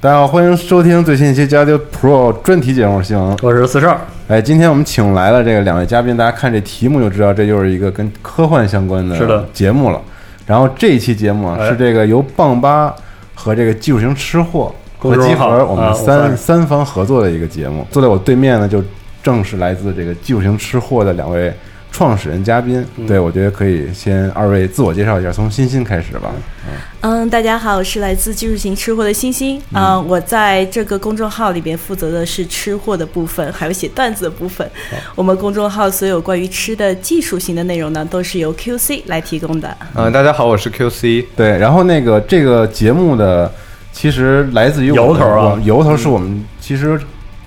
大家好，欢迎收听最新一期《加丢 Pro》专题节目，新闻。我是四少，哎，今天我们请来了这个两位嘉宾，大家看这题目就知道，这又是一个跟科幻相关是的的节目了。然后这一期节目啊，哎是这个由棒吧和这个技术型吃货和公众集号合我们啊我三看三方合作的一个节目。坐在我对面呢，就正是来自这个技术型吃货的两位创始人嘉宾。嗯对，我觉得可以先二位自我介绍一下，从欣欣开始吧。嗯，大家好，我是来自技术型吃货的欣欣。嗯、我在这个公众号里边负责的是吃货的部分，还有写段子的部分。我们公众号所有关于吃的技术型的内容呢，都是由 QC 来提供的。嗯，大家好，我是 QC。对，然后那个这个节目的其实来自于我们由头啊我们由头是我们其实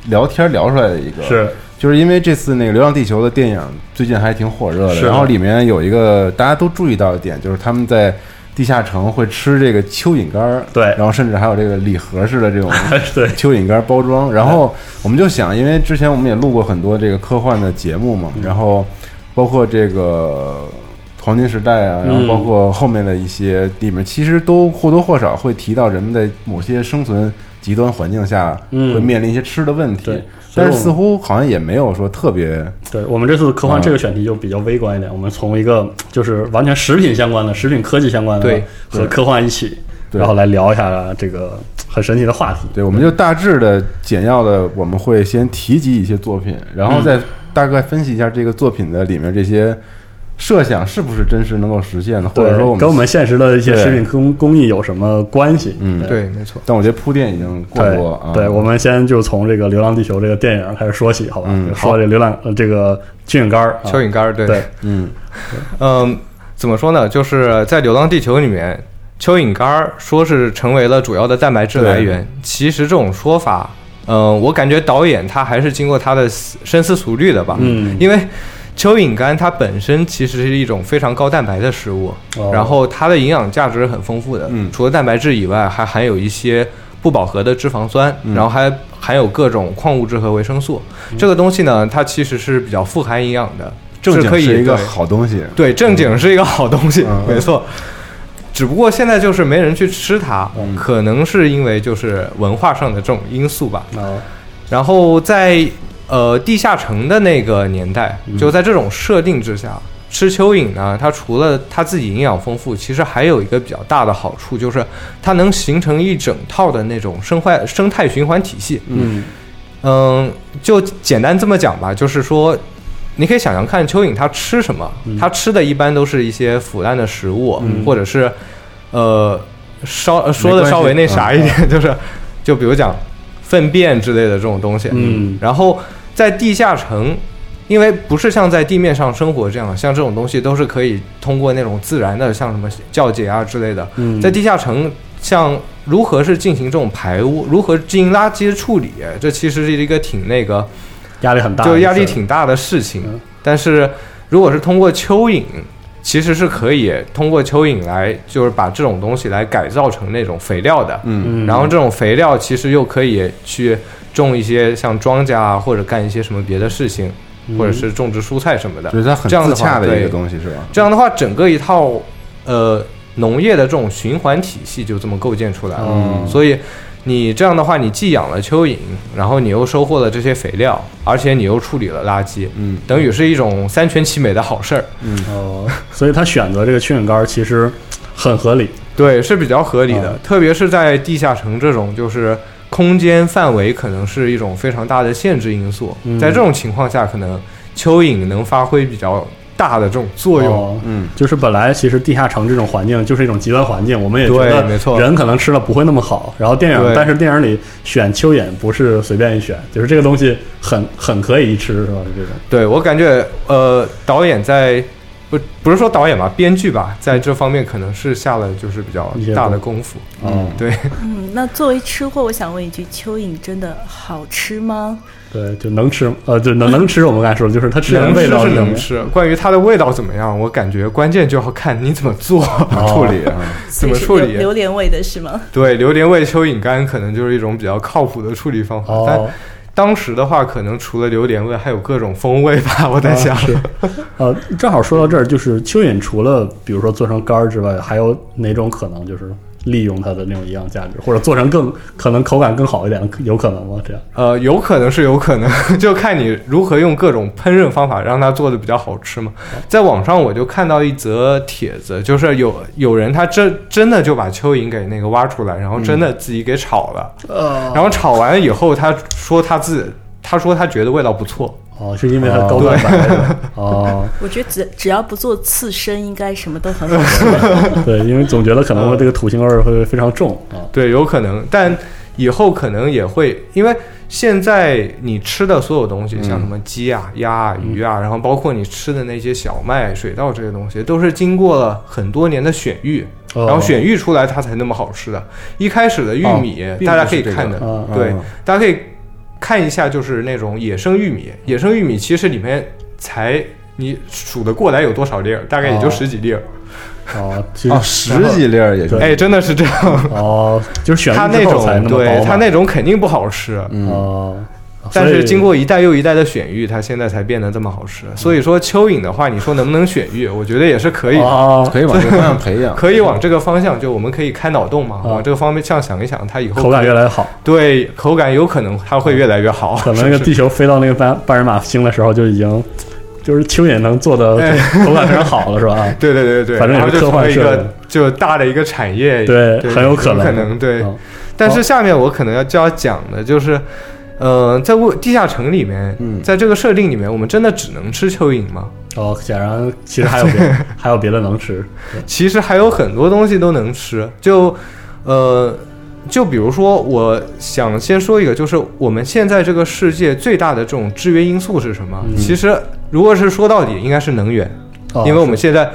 聊天聊出来的一个，是就是因为这次那个《流浪地球》的电影最近还挺火热的，是然后里面有一个大家都注意到的点，就是他们在地下城会吃这个蚯蚓干儿，对然后甚至还有这个礼盒式的这种 对蚯蚓干包装。然后我们就想，因为之前我们也录过很多这个科幻的节目嘛，嗯然后包括这个黄金时代啊，然后嗯包括后面的一些里面，其实都或多或少会提到人们在某些生存极端环境下嗯会面临一些吃的问题对，所但以我是们似乎好像也没有说特别对我们这次科幻这个选题就比较微观一点，我们从一个就是完全食品相关的、食品科技相关的对和科幻一起，对然后来聊一下这个很神奇的话题。对，我们就大致的简要的，我们会先提及一些作品，然后再大概分析一下这个作品的里面这些设想是不是真实能够实现的，或者说我们跟我们现实的一些对食品工工艺有什么关系？嗯对，没错。但我觉得铺垫已经过对多啊。对，我们先就从这个《流浪地球》这个电影开始说起，好吧？嗯就说这流浪呃这个蚯蚓杆儿，啊蚯蚓杆儿，对，对，嗯，嗯，怎么说呢？就是在《流浪地球》里面，蚯蚓杆儿说是成为了主要的蛋白质来源。其实这种说法，嗯，我感觉导演他还是经过他的思深思熟虑的吧。嗯因为蚯蚓干它本身其实是一种非常高蛋白的食物，哦然后它的营养价值很丰富的。嗯除了蛋白质以外，还含有一些不饱和的脂肪酸，嗯然后还含有各种矿物质和维生素。这个东西呢，它其实是比较富含营养的，正是经可以是一个对好东西。对，正经是一个好东西，嗯没错。只不过现在就是没人去吃它，可能是因为就是文化上的这种因素吧。啊，然后在呃地下城的那个年代，就在这种设定之下，吃蚯蚓呢，它除了它自己营养丰富，其实还有一个比较大的好处，就是它能形成一整套的那种生态生态循环体系。嗯嗯，就简单这么讲吧，就是说，你可以想想看，蚯蚓它吃什么？嗯它吃的一般都是一些腐烂的食物，或者是呃稍呃说没关的系嗯稍微那啥一点，就是就比如讲粪便之类的这种东西。嗯然后在地下城，因为不是像在地面上生活这样，像这种东西都是可以通过那种自然的，像什么窖解啊之类的，嗯在地下城，像如何是进行这种排污，如何进行垃圾处理，这其实是一个挺那个，压力很大，就是压力挺大的事情嗯。但是如果是通过蚯蚓，其实是可以通过蚯蚓来，就是把这种东西来改造成那种肥料的。嗯，嗯，然后这种肥料其实又可以去种一些像庄稼啊，或者干一些什么别的事情，或者是种植蔬菜什么的。就是嗯它很这样自的话洽的一个对东西，是吧？这样的话，整个一套呃农业的这种循环体系就这么构建出来了。嗯所以你这样的话，你既养了蚯蚓，然后你又收获了这些肥料，而且你又处理了垃圾，嗯，等于是一种三全其美的好事儿。哦，所以他选择这个蚯蚓杆儿其实很合理。对，是比较合理的，嗯特别是在地下城这种就是。空间范围可能是一种非常大的限制因素，嗯在这种情况下，可能蚯蚓能发挥比较大的这种作用。哦嗯，就是本来其实地下城这种环境就是一种极端环境，我们也觉对得没错人可能吃了不会那么好。然后电影，对但是电影里选蚯蚓不是随便一选，就是这个东西很很可以一吃，是吧？就这种对我感觉，呃，导演在不不是说导演吧，编剧吧，在这方面可能是下了就是比较一些大的功功夫。嗯，对，嗯，那作为吃货，我想问一句：蚯蚓真的好吃吗？对，就能吃，呃，就能能吃。我们刚才说的就是它 吃的能味吃道是里面能，吃，关于它的味道怎么样，我感觉关键就要看你怎么 做。 处理啊，怎么处所以是理榴榴莲味的是吗？对，榴莲味蚯蚓干可能就是一种比较靠谱的处理方法，哦但，当时的话，可能除了榴莲味，还有各种风味吧。我在想，啊是呃，正好说到这儿，就是蚯蚓除了比如说做成干儿之外，还有哪种可能就是利用它的那种营养价值，或者做成更可能口感更好一点，有可能吗？这样呃，有可能是有可能， 就看你如何用各种烹饪方法让它做的比较好吃嘛。在网上我就看到一则帖子，就是有有人他真真的就把蚯蚓给那个挖出来，然后真的自己给炒了，呃，然后炒完以后他说他自己他说他觉得味道不错，哦，是因为它高蛋白是 吧哦，我觉得只只要不做刺身，应该什么都很好 吃。 对，因为总觉得可啊能这个土腥味儿会非常重啊。对，有可能，但以后可能也会，因为现在你吃的所有东西，像什么鸡啊、鸭啊、鱼啊，然后包括你吃的那些小麦、水稻这些东西，都是经过了很多年的选育，哦然后选育出来它才那么好吃的。一开始的玉米，哦并不是大家可以看的，这个啊对啊，大家可以看一下，就是那种野生玉米，野生玉米其实里面才。你数得过来有多少粒儿？大概也就哦十几粒儿。哦，其实啊哦，十几粒儿也就哎，真的是这样。哦，就是选它育之那后种才么对饱它满那种肯定不好吃。哦，但所是以经过一代又一代的选育，它现在才变得这么好吃。所以说蚯蚓的话，你说能不能选育？我觉得也是可以的，哦，可以往这个方向培养。 可以往这个方向，就我们可以开脑洞嘛，啊往这个方向想一想，它以啊后口感越来越好，对口感有可能它会越来越好。可能那个是不是地球飞到那个半半人马星的时候就已经，就是蚯蚓能做的哎口感非常好了，是 吧？对对对对，反正也然是后就科成幻为一设个就大的一个产业，对很有有可能能对。嗯但是下面我可能要就要讲的就是，呃，在我地下城里面，嗯在这个设定里面，我们真的只能吃蚯蚓吗？哦，显然其实还有别 还有别的能吃，其实还有很多东西都能吃，就呃，就比如说，我想先说一个，就是我们现在这个世界最大的这种制约因素是什么？嗯其实如果是说到底，应该是能源，哦因为我们现在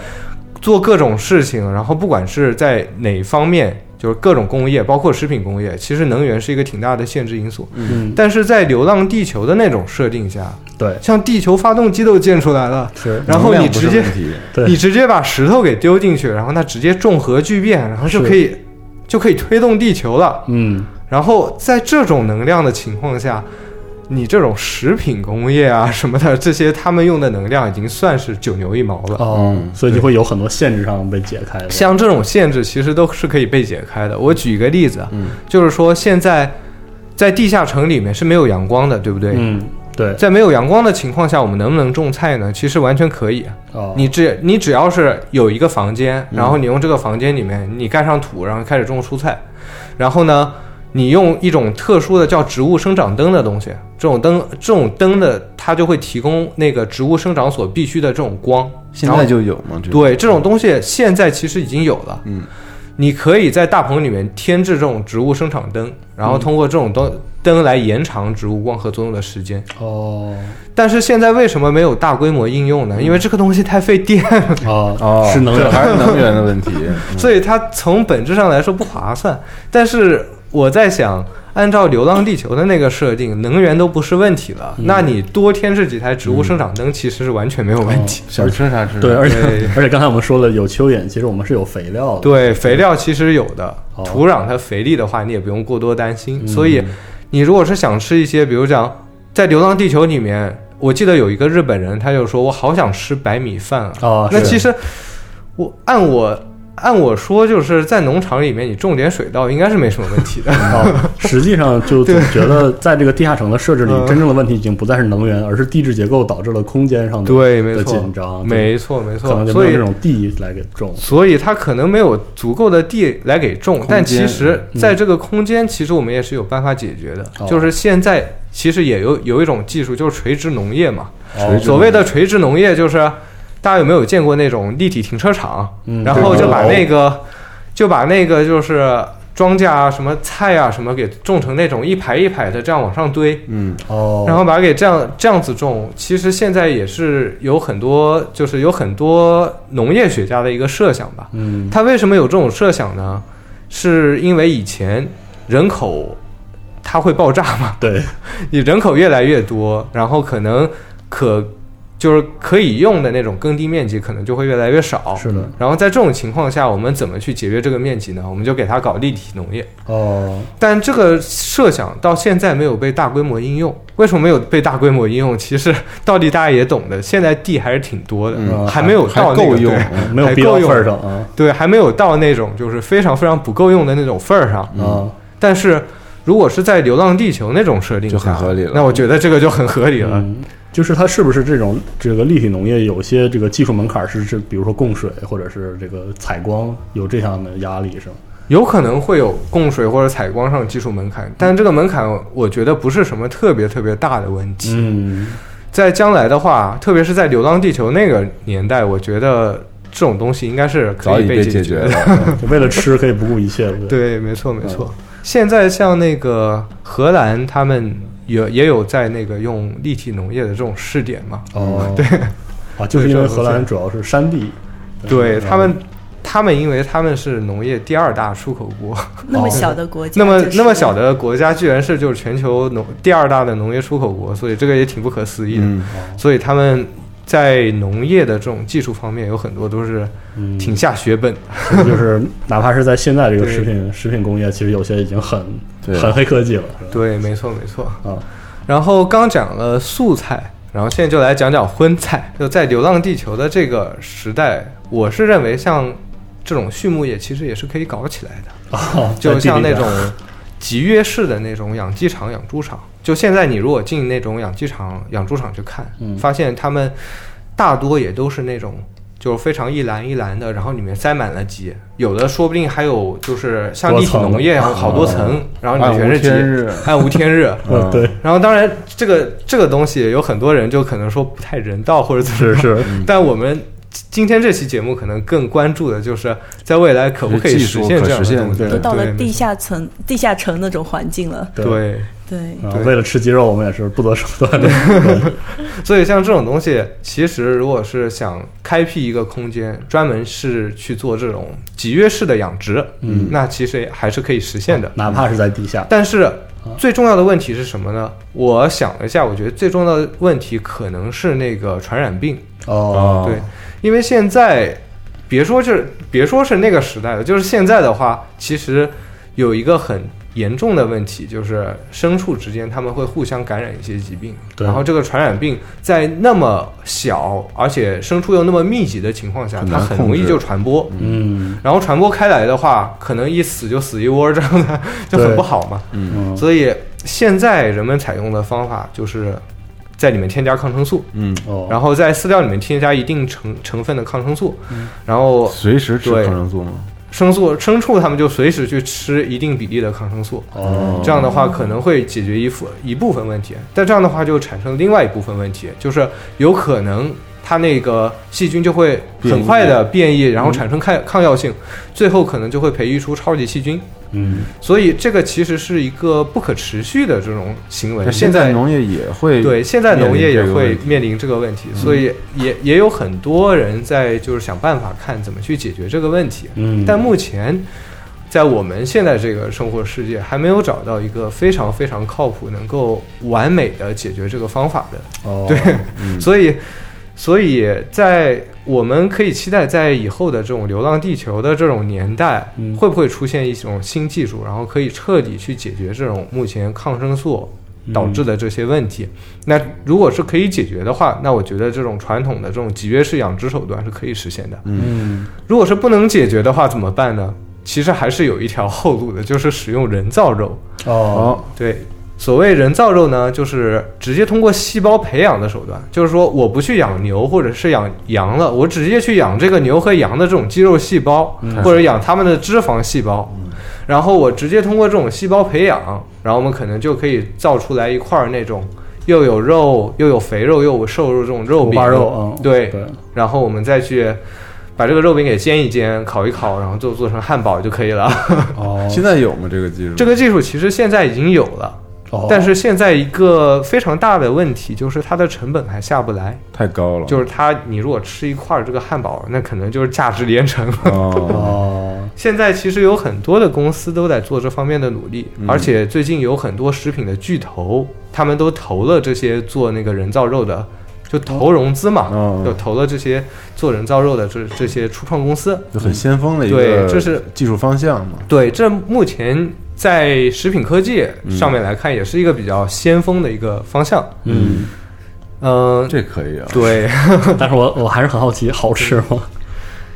做各种事情，然后不管是在哪方面。就是各种工业，包括食品工业，其实能源是一个挺大的限制因素。嗯，但是在《流浪地球》的那种设定下，对，像地球发动机都建出来了，是然后能你量不是直接问题对你直接把石头给丢进去，然后它直接重核聚变，然后就可以就可以推动地球了。嗯，然后在这种能量的情况下，你这种食品工业啊什么的，这些他们用的能量已经算是九牛一毛了。哦，嗯所以就会有很多限制上被解开的，像这种限制其实都是可以被解开的。我举一个例子啊，嗯就是说现在在地下城里面是没有阳光的，对不对？嗯，对，在没有阳光的情况下，我们能不能种菜呢？其实完全可以啊。哦，你只你只要是有一个房间，嗯然后你用这个房间里面你盖上土，然后开始种蔬菜，然后呢，你用一种特殊的叫植物生长灯的东西，这种灯这种灯的它就会提供那个植物生长所必须的这种光。现然后在就有吗？这种对这种东西现在其实已经有了，嗯，你可以在大棚里面添置这种植物生长灯，然后通过这种灯灯来延长植物光合作用的时间。哦但是现在为什么没有大规模应用呢？因为这个东西太费电了。哦哦，是能这量还是能源的问题。所以它从本质上来说不划算。但是我在想，按照《流浪地球》的那个设定，能源都不是问题了，那你多添置几台植物生长灯，其实是完全没有问题。想吃啥吃啥。对，而且对而且刚才我们说了有蚯蚓，其实我们是有肥料的，对，肥料其实有的哦，嗯土壤它肥力的话，你也不用过多担心。所以，你如果是想吃一些，比如讲在《流浪地球》里面，我记得有一个日本人，他就说我好想吃白米饭啊。哦，那是其实我按我按我说，就是在农场里面，你种点水稻应该是没什么问题 的。哦，实际上就总觉得在这个地下城的设置里，嗯真正的问题已经不再是能源，而是地质结构导致了空间上的对，没的错，紧张，没错，没可能错。就所没有以这，种地来给种。所以它可能没有足够的地来给种，但其实在这个空间，其实我们也是有办法解决的。哦就是现在其实也有有一种技术，就是垂直农业嘛。垂直所谓的垂直农业，就是大家有没有见过那种立体停车场？嗯然后就把对那个就把那个就是。庄稼啊，什么菜啊，什么给种成那种一排一排的，这样往上堆，嗯，哦，然后把它给这样这样子种，其实现在也是有很多，就是有很多农业学家的一个设想吧。嗯他为什么有这种设想呢？是因为以前人口它会爆炸嘛，对你人口越来越多，然后可能可就是可以用的那种耕地面积可能就会越来越少。是的，然后在这种情况下，我们怎么去节约这个面积呢？我们就给它搞立体农业。哦，但这个设想到现在没有被大规模应用。为什么没有被大规模应用？其实 道理大家也懂的，现在地还是挺多的，嗯还没有还到那够个用对，嗯没有还逼到够份用儿上啊对，还没有到那种就是非常非常不够用的那种份儿嗯上。啊，但是如果是在《流浪地球》那种设定就很下合理了那我觉得这个就很合理了。嗯，就是它是不是这种这个立体农业有些这个技术门槛是是，比如说供水或者是这个采光有这样的压力是吗？有可能会有供水或者采光上的技术门嗯槛，但这个门槛我觉得不是什么特别特别大的问题。嗯，在将来的话，特别是在《流浪地球》那个年代，我觉得这种东西应该是早可已以被解解决的。了。 就为了吃可以不顾一切，不，对，没错，没嗯错。现在像那个荷兰，他们也也有在那个用立体农业的这种试点嘛。 哦，对，啊，就是因为荷兰主要是山地，对他然们后，他们因为他们是农业第二大出口国，那么小的国家，哦那么那么小，的国家居然是就是全球农第二大的农业出口国，所以这个也挺不可思议的。嗯，所以他们在农业的这种技术方面有很多都是嗯，挺下血本的。 就是哪怕是在现在这个对食品食品工业，其实有些已经很对很黑科技了，是吧？对，没错没错。啊，然后刚讲了素菜，然后现在就来讲讲荤菜。就在《流浪地球》的这个时代，我是认为像这种畜牧业其实也是可以搞起来的。啊， 就在地像里那边种集约式的那种养鸡场、养猪场。就现在，你如果进那种养鸡场、养猪场去看，嗯发现他们大多也都是那种就是非常一栏一栏的，然后里面塞满了鸡，有的说不定还有就是像多立体层农业一样好多啊层， 然后暗里面无全是鸡，天日暗无天日。嗯， 对，然后，当然，这个这个东西有很多人就可能说不太人道或者怎么是样，是， 但我们今天这期节目可能更关注的就是在未来可不可以实现这样的东西？对都到了对地下层、地下城那种环境了。对，对，啊对为了吃鸡肉，我们也是不择手段的，所以像这种东西，其实如果是想开辟一个空间，专门是去做这种集约式的养殖，嗯啊那其实还是可以实现的。哪怕是在地下，但是最重要的问题是什么呢？我想了一下，我觉得最重要的问题可能是那个传染病。哦，啊对，因为现在别说就是别说是那个时代了，就是现在的话，其实有一个很严重的问题，就是牲畜之间他们会互相感染一些疾病，对然后这个传染病在那么小而且牲畜又那么密集的情况下，很它难很控容易制就传播。嗯然后传播开来的话，可能一死就死一窝，这样的就很对不好嘛。嗯，所以现在人们采用的方法就是在里面添加抗生素，嗯，哦，然后在饲料里面添加一定成成分的抗生素，然后随时吃对抗生素吗？牲畜牲畜他们就随时去吃一定比例的抗生素，哦，这样的话可能会解决一部一部分问题，但这样的话就产生另外一部分问题，就是有可能它那个细菌就会很快的变异，然后产生抗抗药性，最后可能就会培育出超级细菌，嗯，所以这个其实是一个不可持续的这种行为。但现在农业也会对，现在农业也面临这个会问题嗯面临这个问题，所以也也有很多人在就是想办法看怎么去解决这个问题。嗯但目前在我们现在这个生活世界，还没有找到一个非常非常靠谱、能够完美的解决这个方法的。哦，对， 所以所以在我们可以期待，在以后的这种流浪地球的这种年代，嗯会不会出现一种新技术，然后可以彻底去解决这种目前抗生素嗯导致的这些问题？那如果是可以解决的话，那我觉得这种传统的这种集约式养殖手段是可以实现的。嗯，如果是不能解决的话，怎么办呢？其实还是有一条后路的，就是使用人造肉。哦，哦，对，所谓人造肉呢，就是直接通过细胞培养的手段，就是说我不去养牛或者是养羊了，我直接去养这个牛和羊的这种肌肉细胞，或者养它们的脂肪细胞，然后我直接通过这种细胞培养，然后我们可能就可以造出来一块儿那种。又有肉，又有肥肉，又有瘦肉，这种肉五饼花肉啊，对，对，然后我们再去把这个肉饼给煎一煎、烤一烤，然后就做成汉堡就可以了。 哦，现在有吗？这个技术？这个技术其实现在已经有了，哦但是现在一个非常大的问题就是它的成本还下不来，太高了，就是是它你如果吃一块儿这个汉堡，那可能就是价值连城。 哦，哦，现在其实有很多的公司都在做这方面的努力，而且最近有很多食品的巨头，他们都投了这些做那个人造肉的就投融资嘛，嗯就投了这些做人造肉的这这些初创公司。就很先锋的一对个，这是技术方向嘛。对，这目前在食品科技上面来看，也是一个比较先锋的一个方向。嗯，嗯，这可以啊，对， 但是我我还是很好奇，好吃吗？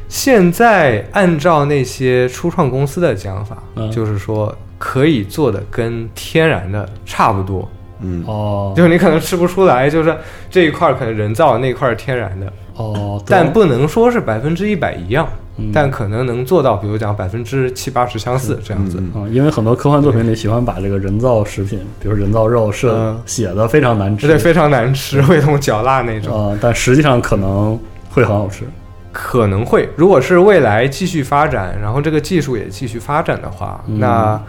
现在按照那些初创公司的讲法，嗯就是说可以做的跟天然的差不多，嗯，哦就是你可能吃不出来，就是这一块儿可能人造，那一块儿天然的，哦，对但不能说是百分之一百一样，嗯但可能能做到，比如讲百分之七八十相似这样子。嗯啊，因为很多科幻作品里喜欢把这个人造食品，比如人造肉，是嗯写的非常难吃，对，非常难吃，味同嚼蜡那种，啊，但实际上可能会很好吃。可能会。如果是未来继续发展，然后这个技术也继续发展的话，嗯那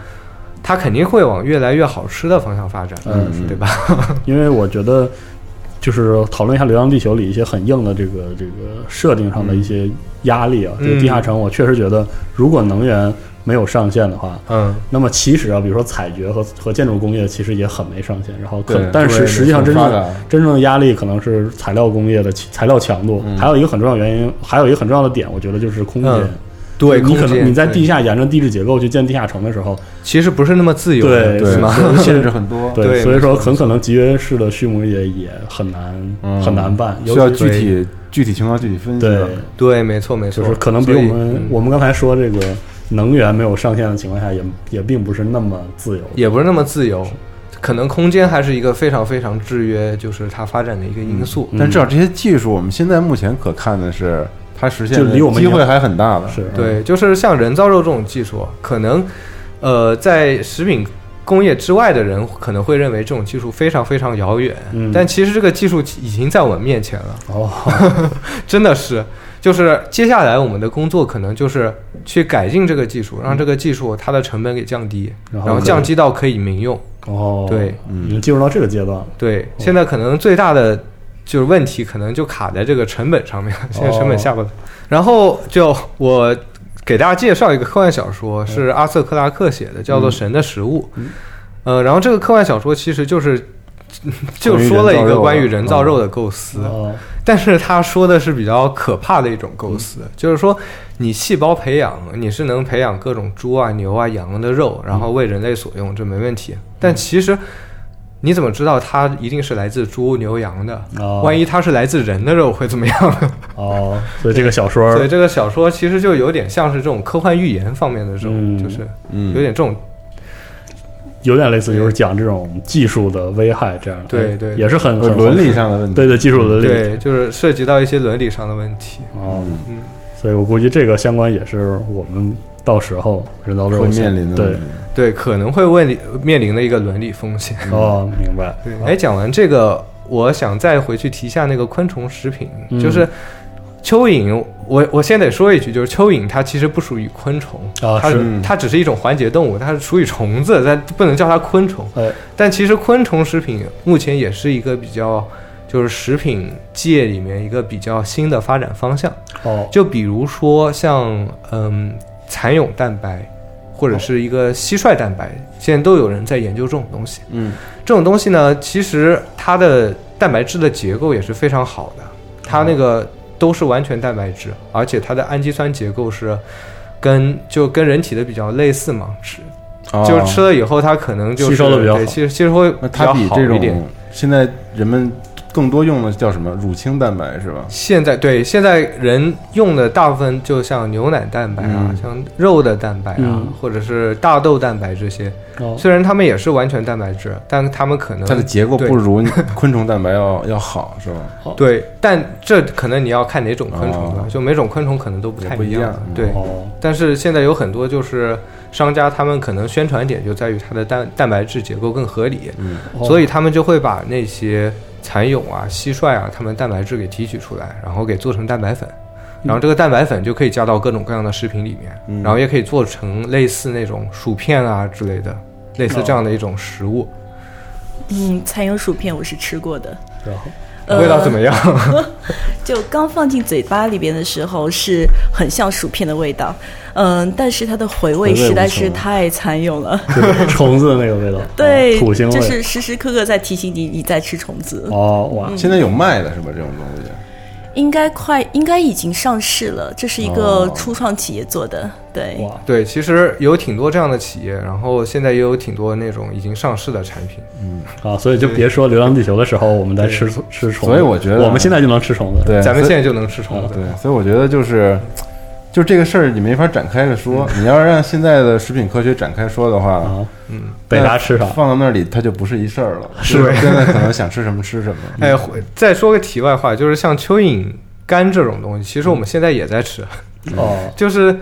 它肯定会往越来越好吃的方向发展，嗯对吧？因为我觉得，就是讨论一下《流浪地球》里一些很硬的这个这个设定上的一些压力啊。嗯这个地下城，我确实觉得，如果能源没有上限的话，嗯，那么其实啊，比如说采掘和和建筑工业其实也很没上限。然后可对，但是对实际上真很发正达真正的压力可能是材料工业的起材料强度，嗯还有一个很重要原因，还有一个很重要的点，我觉得就是空间嗯。对，你空可能间你在对地下沿着地质结构去建地下城的时候，其实不是那么自由的，对对是吗？所以限制很 多，对，对所以说没错很可能集约式的畜牧业也很难、嗯很难办，尤需要其具体具体情况具体分析对了。，对，没错，没错，就是可能比所我以们、嗯我们刚才说这个能源没有上限的情况下也，也并不是那么自由。也不是那么自由，可能空间还是一个非常非常制约，就是它发展的一个因素。嗯但至少这些技术，我们现在目前可看的是，它实现就的离我们机遥会还很大的。是，啊对，就是像人造肉这种技术，可能呃在食品。工业之外的人可能会认为这种技术非常非常遥远，嗯但其实这个技术已经在我们面前了，哦， 真的是，就是接下来我们的工作可能就是去改进这个技术，让这个技术它的成本给降低，然然后后可以降低到可以民用。哦，对，嗯已经进入到这个阶段了。对，现在可能最大的就是问题，可能就卡在这个成本上面， 现在成本下不来。然后就我给大家介绍一个科幻小说，是阿瑟·克拉克写的，叫做《神的食物》。呃，然后这个科幻小说其实就是。 就说了一个关于人造肉的构思，哦，但是他说的是比较可怕的一种构思， 就是说你细胞培养你是能培养各种猪啊、牛啊、羊的肉，然后为人类所用，这没问题。但其实你怎么知道它一定是来自猪、牛、羊的？哦万一它是来自人的肉会怎么样 呢？哦，所以这个小说所以这个小说其实就有点像是这种科幻预言方面的这种，嗯就是嗯有点这种有点类似，就是讲这种技术的危害这样的。哎对对也是很呃很伦理，上的问题。对对，技术伦理。对，就是涉及到一些伦理上的问题。哦，嗯，所以我估计这个相关也是我们到时候人造肉会面临的对问题对，可能会问面临的一个伦理风险。哦，明白。对，哎，讲完这个，我想再回去提一下那个昆虫食品，嗯就是蚯蚓。我我先得说一句，就是蚯蚓它其实不属于昆虫，啊它是它只是一种环节动物，它是属于虫子，但不能叫它昆虫。哎，但其实昆虫食品目前也是一个比较，就是食品界里面一个比较新的发展方向。哦，就比如说像嗯蚕蛹蛋白，或哦者是一个蟋蟀蛋白，现在都有人在研究这种东西。嗯，这种东西呢，其实它的蛋白质的结构也是非常好的，它那嗯个都是完全蛋白质，而且它的氨基酸结构是跟就跟人体的比较类似嘛，吃哦就是吃了以后它可能就是吸收得比较对好吸吸收会那比它较比好这一点种。现在人们更多用的叫什么乳清蛋白是吧？现在对现在人用的大部分就像牛奶蛋白啊，嗯像肉的蛋白啊，嗯或者是大豆蛋白这些，哦，虽然它们也是完全蛋白质，但它们可能它的结构呃对不如昆虫蛋白要要好是吧？对，但这可能你要看哪种昆虫了，哦就每种昆虫可能都不太不一样样。嗯对，哦，但是现在有很多就是商家，他们可能宣传点就在于它的蛋蛋白质结构更合理，嗯，哦所以他们就会把那些蚕蛹啊、蟋蟀啊，它们蛋白质给提取出来，然后给做成蛋白粉。然后这个蛋白粉就可以加到各种各样的食品里面，嗯然后也可以做成类似那种薯片啊之类的，哦类似这样的一种食物。嗯，蚕蛹薯片我是吃过的，然后呃味道怎么样？就刚放进嘴巴里边的时候是很像薯片的味道，嗯，但是它的回味实在是太残忍了。就是虫子的那个味道， 哦对，土哦腥味。就是时时刻刻在提醒你你在吃虫子。哦哇，现在有卖的是吧？这种东西，应该快，应该已经上市了。这是一个哦初创企业做的，对，哇对，其实有挺多这样的企业，然后现在也有挺多那种已经上市的产品。啊！所以就别说《流浪地球》的时候我们在吃吃虫子，所以我觉得我们现在就能吃虫子。对，咱们所以现在就能吃虫子，对，所以我觉得就是，就这个事儿你没法展开着说。你要让现在的食品科学展开说的话，啊，嗯，北大 吃啥？放到那里它就不是一事儿了。是就是现在可能想吃什么吃什么。 哎，回再说个题外话，就是像蚯蚓干这种东西，其实嗯我们现在也在吃， 哦，就是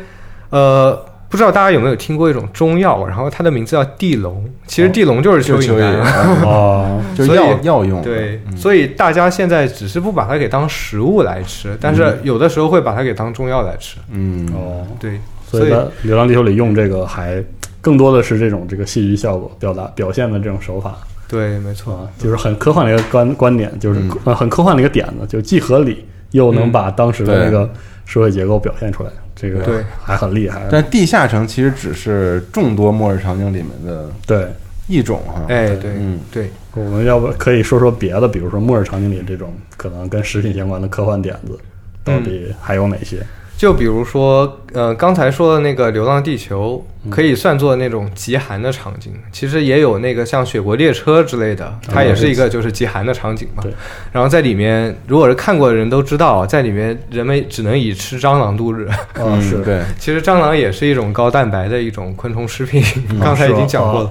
呃。不知道大家有没有听过一种中药，然后它的名字叫地龙，其实地龙就是蚯哦就是蚓蚯干。 蚓，啊 哦，就所以药药用的。嗯对，所以大家现在只是不把它给当食物来吃，但是有的时候会把它给当中药来吃。嗯，哦，对，所所以以在《流浪地球》里用这个还更多的是这种这个戏剧效果表达表现的这种手法对，没错。啊，就是很科幻的一个观观点，就是、嗯呃很科幻的一个点子，就既合理又嗯能把当时的对那个社会结构表现出来，这个对还很厉害。但地下城其实只是众多末日场景里面的对，一种哈。哎，对，嗯对，我们要不可以说说别的，比如说末日场景里这种可能跟食品相关的科幻点子，到嗯底还有哪些？就比如说，呃，刚才说的那个《流浪地球》，可以算作那种极寒的场景。其实也有那个像《雪国列车》之类的，它也是一个就是极寒的场景嘛对。然后在里面，如果是看过的人都知道，在里面人们只能以吃蟑螂度日。啊、嗯是，对，其实蟑螂也是一种高蛋白的一种昆虫食品，嗯 刚才已经讲啊过了。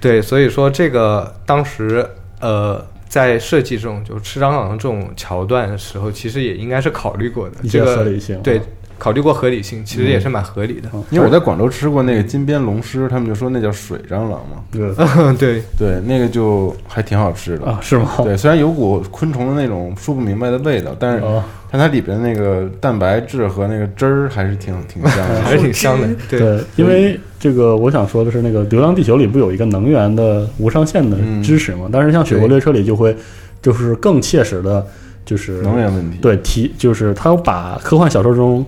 对，所以说这个当时呃，在设计这种就吃蟑螂的这种桥段的时候，其实也应该是考虑过的一些这个合理性啊嗯对，考虑过合理性，其实也是蛮合理的。因为我在广州吃过那个金边龙虱，他们就说那叫水蟑螂嘛。对 对，对，那个就还挺好吃的呃啊，是吗？对，虽然有股昆虫的那种说不明白的味道，但是哦但它里边那个蛋白质和那个汁儿还是挺挺香还的。是挺香的。 对，对，因为这个我想说的是，那个《流浪地球》里不有一个能源的无上限的支持嘛？但是像《雪国列车》里就会，就是更切实的，就是能源 问题，，对提，就是他要把科幻小说中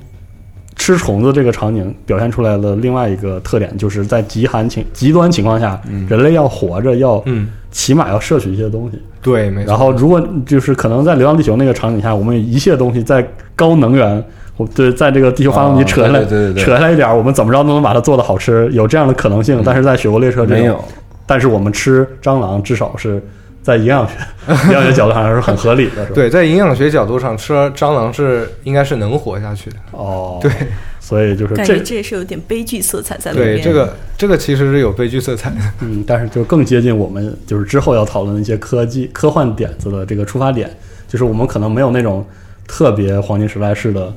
吃虫子这个场景表现出来的另外一个特点，就是在极寒情极端情况下，人类要活着，要嗯，起码要摄取一些东西。对，没然错。后，如果就是可能在《流浪地球》那个场景下，我们一切东西在高能源，我对，在这个地球发动机啊扯下来、对对对对嗯扯下来一点儿，我们怎么着都能把它做的好吃，有这样的可能性。但是在《雪国列车》这没种有，但是我们吃蟑螂，至少是在营养学 营养学角度上是很合理的，是吧？对，在营养学角度上，吃蟑螂是应该是能活下去的。哦，对，所以就是感这觉这也是有点悲剧色彩在里面。对，这个这个其实是有悲剧色彩的。嗯，但是就更接近我们就是之后要讨论的一些科技科幻点子的这个出发点，就是我们可能没有那种特别黄金时代式的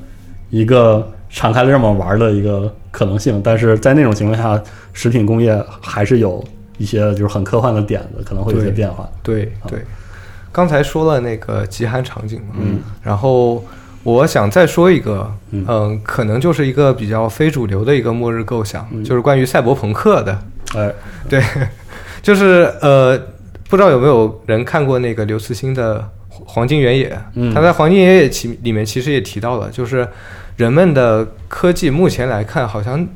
一个敞开了让我们玩的一个可能性，但是在那种情况下，食品工业还是有一些就是很科幻的点子，可能会有一些对变化。对好对，刚才说了那个极寒场景嘛，嗯，然后我想再说一个，嗯、可能就是一个比较非主流的一个末日构想，就是关于赛博朋克的，哎，对， 就是呃，不知道有没有人看过那个刘慈欣的《黄金原野》？嗯他在《黄金原野》其里面其实也提到了，就是人们的科技目前来看好像。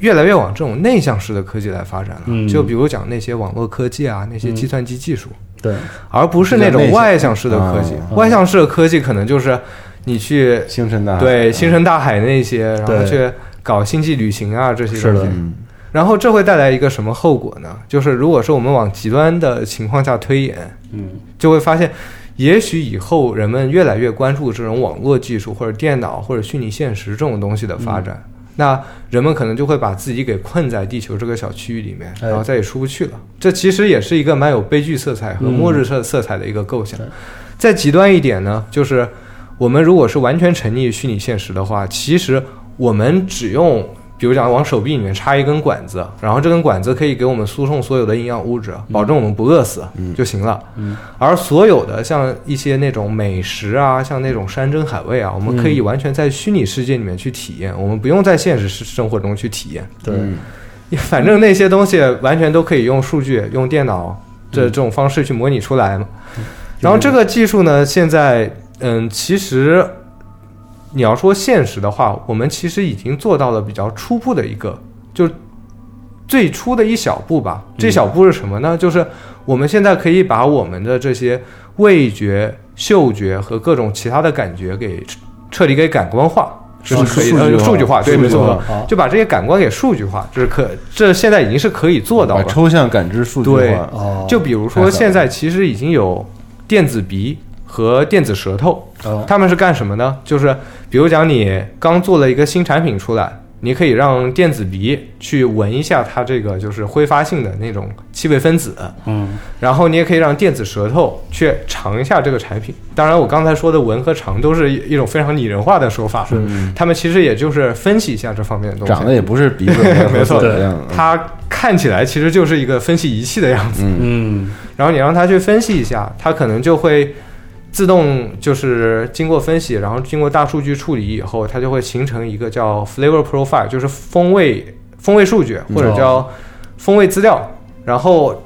越来越往这种内向式的科技来发展了，嗯就比如讲那些网络科技啊，那些计算机技术，对，而不是那种外向式的啊科技比较内向。外向式的科技可能就是你去星辰大海对星辰大海那些，然后对去搞星际旅行啊这些是东的嗯西。然后这会带来一个什么后果呢？就是如果说我们往极端的情况下推演，嗯，就会发现，也许以后人们越来越关注这种网络技术或者电脑或者虚拟现实这种东西的发展。那人们可能就会把自己给困在地球这个小区域里面，哎然后再也出不去了。这其实也是一个蛮有悲剧色彩和末日色色彩的一个构想。再极端一点呢，就是我们如果是完全沉溺于虚拟现实的话，其实我们只用，比如讲往手臂里面插一根管子，然后这根管子可以给我们输送所有的营养物质，保证我们不饿死就行了。而所有的像一些那种美食啊，像那种山珍海味啊，我们可以完全在虚拟世界里面去体验，我们不用在现实生活中去体验。嗯对， 反正那些嗯东西完全都可以用数据、用电脑这这种方式去模拟出来嘛。然后这个技术呢，现在嗯，其实你要说现实的话，我们其实已经做到了比较初步的一个，就是最初的一小步吧。这小步是什么呢？就是我们现在可以把我们的这些味觉、嗅觉和各种其他的感觉给彻底给感官化。这是可以的，数据呃，化数据化，对，数据没错化，啊就把这些感官给数据化，这是可，这现在已经是可以做到把了。抽象感知数据对化，哦，就比如太说，狠现在其实已经有电子鼻和电子舌头，哦他们是干什么呢？就是比如讲，你刚做了一个新产品出来，你可以让电子鼻去闻一下它这个就是挥发性的那种气味分子，嗯然后你也可以让电子舌头去尝一下这个产品。当然，我刚才说的闻和尝都是一一种非常拟人化的说法，他们其实也就是分析一下这方面的东嗯西。长得也不是鼻子 没错的样啊子，它看起来其实就是一个分析仪器的样子。嗯然后你让它去分析一下，它可能就会自动就是经过分析，然后经过大数据处理以后，它就会形成一个叫 flavor profile，就是风味风味数据或者叫风味资料，然后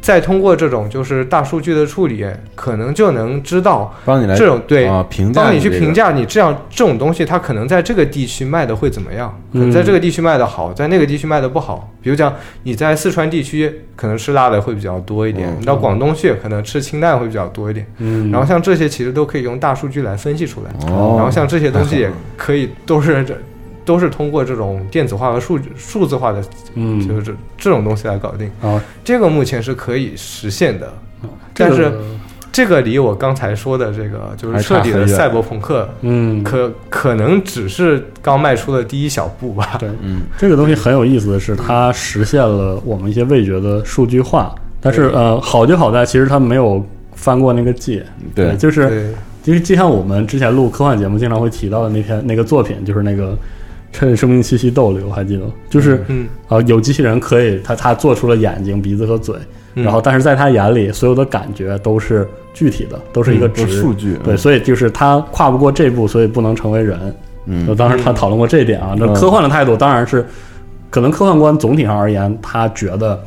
再通过这种就是大数据的处理，可能就能知道帮你来这种对啊评价，帮你去评，价你这样这种东西，它可能在这个地区卖的会怎么样？可能嗯在这个地区卖的好，在那个地区卖的不好。比如讲，你在四川地区可能吃辣的会比较多一点嗯，你到广东去可能吃清淡会比较多一点。嗯，然后像这些其实都可以用大数据来分析出来。哦然后像这些东西太也好了可以都是这都是通过这种电子化和数数字化的，嗯就是这这种东西来搞定。啊，哦这个目前是可以实现的，这但个是这个离我刚才说的这个就是还彻差底很的远赛博朋克，嗯，可可能只是刚迈出的第一小步吧。对，嗯，这个东西很有意思的是，它实现了我们一些味觉的数据化，但是对呃，好就好在其实它没有翻过那个界，对，就是对，因为就像我们之前录科幻节目经常会提到的那篇那个作品，就是那个趁生命气息逗留，还记得吗？就是嗯，呃，有机器人可以，它它做出了眼睛、鼻子和嘴，嗯然后但是在它眼里，所有的感觉都是具体的，都是一个嗯都值、是数据对，嗯所以就是它跨不过这步，所以不能成为人。嗯就当时他讨论过这一点啊。那嗯科幻的态度当然是，可能科幻观总体上而言，他觉得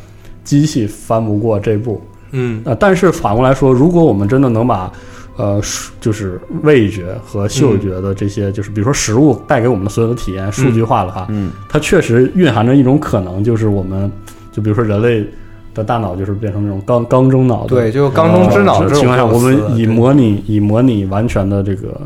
机器翻不过这步。嗯，呃，但是反过来说，如果我们真的能把呃，数就是味觉和嗯嗅觉的这些，就是比如说食物带给我们的所有的体验数据化的话，嗯，它确实蕴含着一种可能，就是我们就比如说人类的大脑就是变成那种缸缸中脑的呃对，就缸中之脑这种情况下，我们构思以对模拟以模拟完全的这个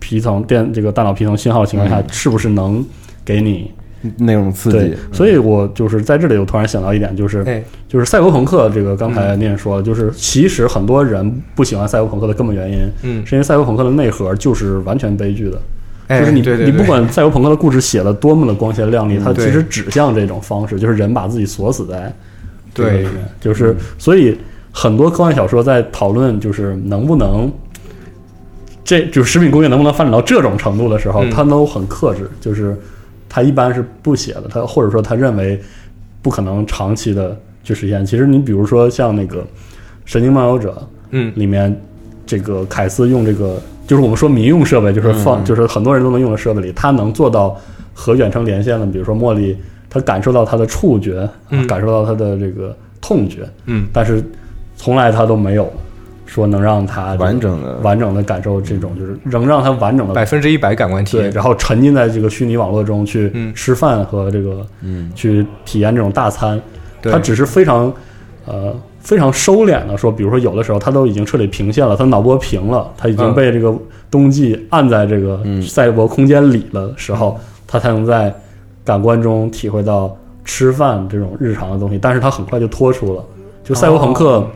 皮层电这个大脑皮层信号的情况嗯下，是不是能给你那种嗯刺对激？，所以我就是在这里，我突然想到一点，就是哎就是赛博朋克这个，刚才念说了，就是其实很多人不喜欢赛博朋克的根本原因，嗯是因为赛博朋克的内核就是完全悲剧的。哎就是你对对你对不管赛博朋克的故事写的多么的光鲜亮丽，它对其实指向这种方式，就是人把自己锁死在这个里对嗯面，就是所以很多科幻小说在讨论就是能不能。这就是食品工业能不能发展到这种程度的时候，嗯他都很克制，就是他一般是不写的，他或者说他认为不可能长期的去实现。其实你比如说像那个《神经漫游者》，嗯里面这个凯斯用这个，就是我们说民用设备，就是放，就是很多人都能用的设备里，他能做到和远程连线的，比如说茉莉，他感受到他的触觉，嗯感受到他的这个痛觉，嗯但是从来他都没有说能让他这个完整的完整的感受这种，就是能让他完整的百分之一百感官体对，验，然后沉浸在这个虚拟网络中去嗯吃饭和这个，嗯，去体验这种大餐。对他只是非常，呃，非常收敛的说，比如说有的时候他都已经彻底平线了，他脑波平了，他已经嗯被这个冬季按在这个赛博空间里的时候，他才能在感官中体会到吃饭这种日常的东西。但是他很快就脱出了，就赛博朋克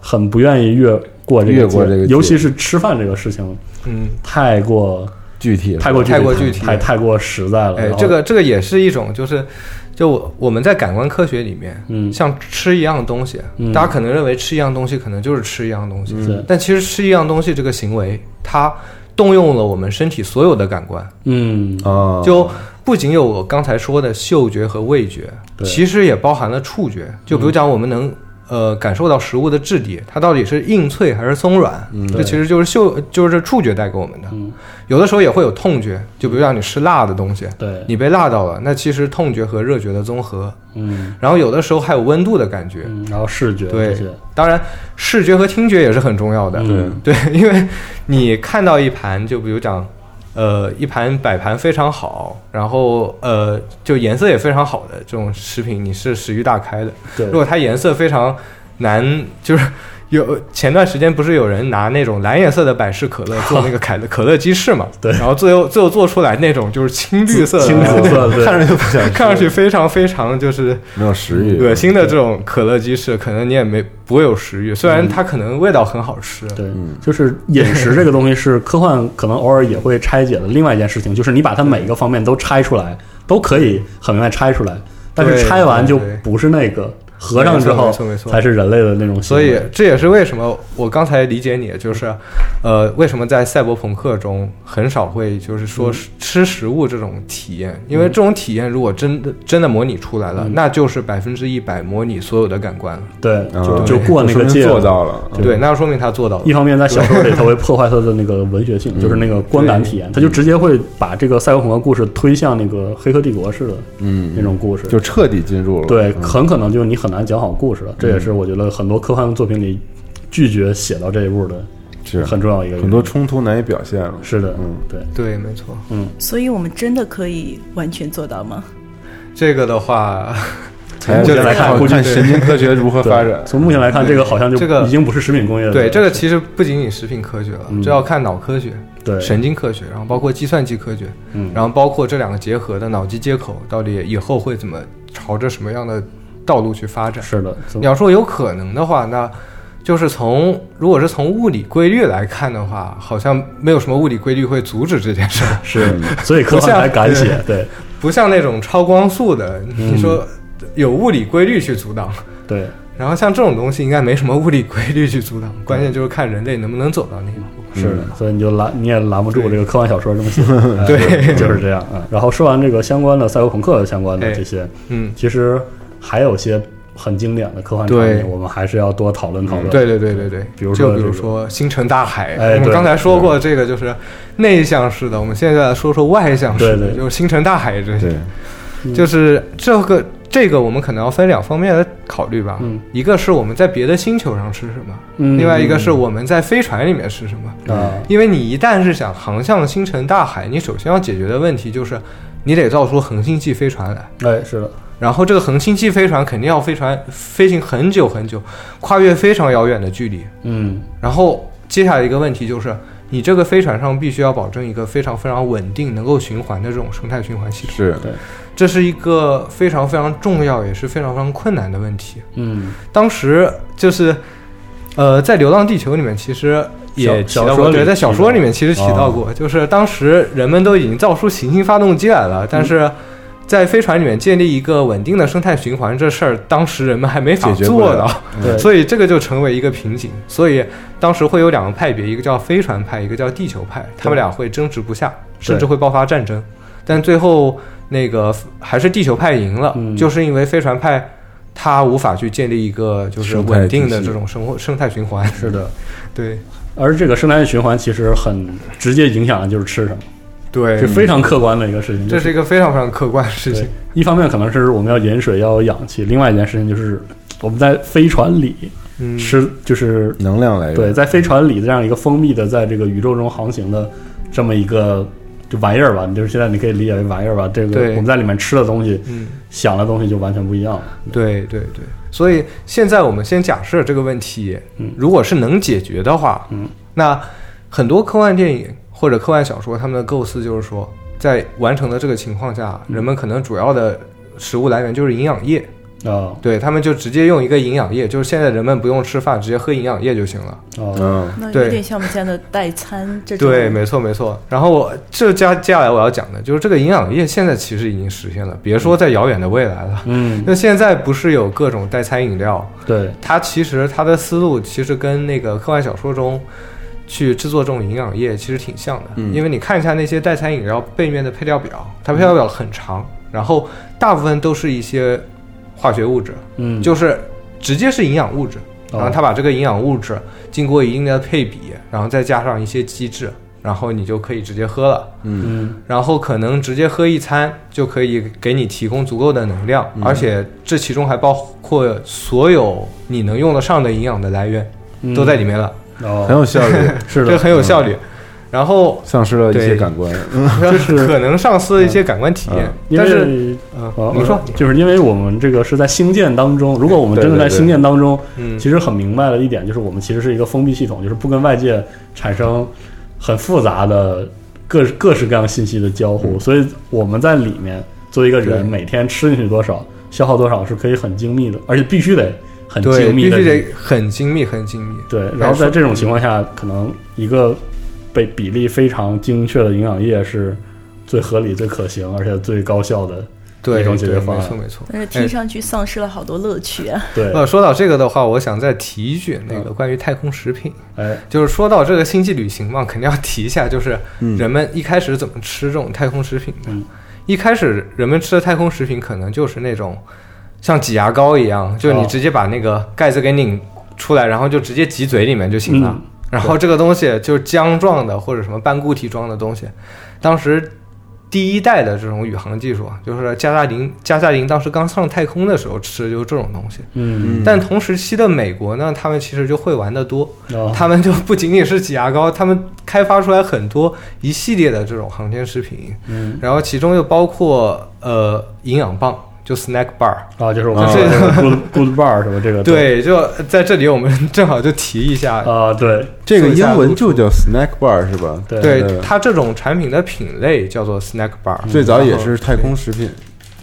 很不愿意越过这个越过界这个尤界其是吃饭这个事情嗯。太过。具体了太过太过具体太太过实在了。哎然，后这个这个也是一种，就是就我我们在感官科学里面，嗯像吃一样东西，嗯大家可能认为吃一样东西可能就是吃一样东西，是但其实吃一样东西这个行为，它动用了我们身体所有的感官，嗯啊，呃就不仅有我刚才说的嗅觉和味觉，对其实也包含了触觉。就比如讲，我们能、呃感受到食物的质地，它到底是硬脆还是松软，嗯这对其实就是嗅就是触觉带给我们的。嗯有的时候也会有痛觉，就比如让你吃辣的东西，对，你被辣到了，那其实痛觉和热觉的综合。嗯然后有的时候还有温度的感觉，嗯，然后视觉对这些，当然视觉和听觉也是很重要的。嗯对，因为你看到一盘，就比如讲，呃，一盘摆盘非常好，然后呃，就颜色也非常好的这种食品，你是食欲大开的。对，如果它颜色非常难，就是有前段时间不是有人拿那种蓝颜色的百事可乐做那个可乐可乐鸡翅嘛？ 对然后最后最后做出来那种就是青绿色的，青紫色 对看着就不想吃，看上去非常非常就是没有食欲，恶心的这种可乐鸡翅，可能你也没不会有食欲。虽然它可能味道很好吃，对，就是饮食这个东西是科幻可能偶尔也会拆解的另外一件事情，就是你把它每一个方面都拆出来，都可以很明白拆出来，但是对拆完就对对不是那个合上之后没错没错没错才是人类的那种行所为。以这也是为什么我刚才理解你，就是，呃，为什么在赛博朋克中很少会就是说吃食物这种体验，因为这种体验如果真的真的模拟出来了，那就是百分之一百模拟所有的感官了。对，啊就对就过那个说明界做了。到了，嗯对，那就说明他做到了一。方面在小说里，它会破坏它的那个文学嗯性，就是那个观感体验，它就直接会把这个赛博朋克故事推向那个《黑客帝国》似的嗯，那种故事。就彻底进入了，对，嗯很可能就是你很难讲好故事了。这也是我觉得很多科幻作品里拒绝写到这一步的是很重要一个原因很多冲突难以表现了，是的，嗯，对，对，没错。嗯，所以我们真的可以完全做到吗？这个的话，哎就我来看看我看对神经科学如何对发 展，从目前来看，这个好像就这个已经不是食品工业的对，这个其实不仅仅食品科学了，嗯这要看脑科学、对神经科学，然后包括计算机科学，嗯然后包括这两个结合的脑机接口，到底以后会怎么朝着什么样的道路去发展？是的，从你要说有可能的话，那就是从如果是从物理规律来看的话，好像没有什么物理规律会阻止这 件事，儿，是，嗯所以科幻才敢写， 对不像那种超光速的，嗯你说有物理规律去阻挡。对，然后像这种东西应该没什么物理规律去阻挡，关键就是看人类能不能走到那一步。是的，所以你就拦你也拦不住这个科幻小说这么 写，嗯对哎就是这样啊。然后说完这个相关的赛博朋克相关的这些，嗯，其实还有些很经典的科幻场对景，我们还是要多讨论讨论。对对对对对，比如说就比如这个说星辰大海，哎我们对刚才说过这个就是内向式的，我们现在说说外向式对的，对就是星辰大海这些对，，嗯就是这个这个我们可能要分两方面来考虑吧嗯，一个是我们在别的星球上吃什么，嗯另外一个是我们在飞船里面吃什么。啊，因为你一旦是想航向星辰大海，你首先要解决的问题就是，你得造出恒星系飞船来。哎，是的，然后这个恒星系飞船肯定要飞船飞行很久很久，跨越非常遥远的距离。嗯，然后接下来一个问题就是，你这个飞船上必须要保证一个非常非常稳定、能够循环的这种生态循环系统，是对，这是一个非常非常重要也是非常非常困难的问题。嗯，当时就是，呃，在《流浪地球》里面其实也提小到小说过，里对，在小提说到里面其实提到过，就是当时人们都已经造出行星发动机来了，但是在飞船里面建立一个稳定的生态循环这事儿，当时人们还没法解决不做了到，对，嗯所以这个就成为一个瓶颈。所以当时会有两个派别，一个叫飞船派，一个叫地球派，他们俩会争执不下，甚至会爆发战争。但最后那个还是地球派赢了，嗯就是因为飞船派它无法去建立一个就是生态稳定体的系这种生活生态循环。 是的。对而这个生态循环其实很直接影响的就是吃什么，对是，非常客观的一个事情。这就是一个非常非常客观的事情对。一方面可能是我们要饮水，要有氧气；，另外一件事情就是我们在飞船里嗯，吃，就是能量来源，对，在飞船里这样一个封闭的，在这个宇宙中航行的这么一个就玩意儿吧，你就是现在你可以理解为玩意儿吧。这个对我们在里面吃的东西、嗯。想的东西就完全不一样了。对对对，所以现在我们先假设这个问题嗯，如果是能解决的话，嗯，那很多科幻电影或者科幻小说，他们的构思就是说，在完成的这个情况下，嗯人们可能主要的食物来源就是营养液，啊对他们就直接用一个营养液，就是现在人们不用吃饭，直接喝营养液就行了。啊，嗯，那有对点像我们现在的代餐这种。对，没错没错。然后我这接接下来我要讲的就是这个营养液现在其实已经实现了，别说在遥远的未来了。嗯，那现在不是有各种代餐饮料，对，他其实他的思路其实跟那个科幻小说中去制作这种营养液其实挺像的，嗯因为你看一下那些代餐饮料背面的配料表，它配料嗯表很长，然后大部分都是一些化学物质，嗯，就是直接是营养物质，哦然后它把这个营养物质经过一定的配比，然后再加上一些机制，然后你就可以直接喝了。嗯嗯然后可能直接喝一餐就可以给你提供足够的能量，嗯而且这其中还包括所有你能用得上的营养的来源嗯都在里面了，哦，很有效率，是这的，嗯很有效率。然后丧失了一些嗯对感官。嗯是可能丧失了一些感官 体验，因但是为嗯哦，你说呃，就是因为我们这个是在兴建当中，如果我们真的在对对对兴建当中，嗯其实很明白的一点就是，我们其实是一个封闭系统，就是不跟外界产生很复杂的各各式各样信息的交互，所以我们在里面作为一个人，嗯对每天吃进去多少，消耗多少是可以很精密的，而且必须得很对，精密必的须得很精密，很精密。对，然后在这种情况下，可能一个被比例非常精确的营养液是最合理、最可行，而且最高效的。对一种解对，决方案嗯没错没错。但是听上去丧失了好多乐趣啊！对，呃，说到这个的话，我想再提一句那个嗯关于太空食品，哎，就是说到这个星际旅行嘛，肯定要提一下，就是嗯人们一开始怎么吃这种太空食品的。嗯一开始人们吃的太空食品可能就是那种像挤牙膏一样，就你哦直接把那个盖子给拧出来，然后就直接挤嘴里面就行啊了。嗯然后这个东西就是浆状的或者什么半固体状的东西，当时。第一代的这种宇航技术啊，就是加加林加加林当时刚上太空的时候吃的就是这种东西。嗯，但同时期的美国呢，他们其实就会玩得多，哦他们就不仅仅是挤牙膏，他们开发出来很多一系列的这种航天食品，嗯，然后其中又包括呃营养棒，就 snack bar。啊，就是我们就说是的这个 good good bar 什么这个，对，就在这里我们正好就提一下，啊，对，这个做一下英文露出就叫 snack bar 是吧？ 对对它这种产品的品类叫做 snack bar，最早也然后是太空食品，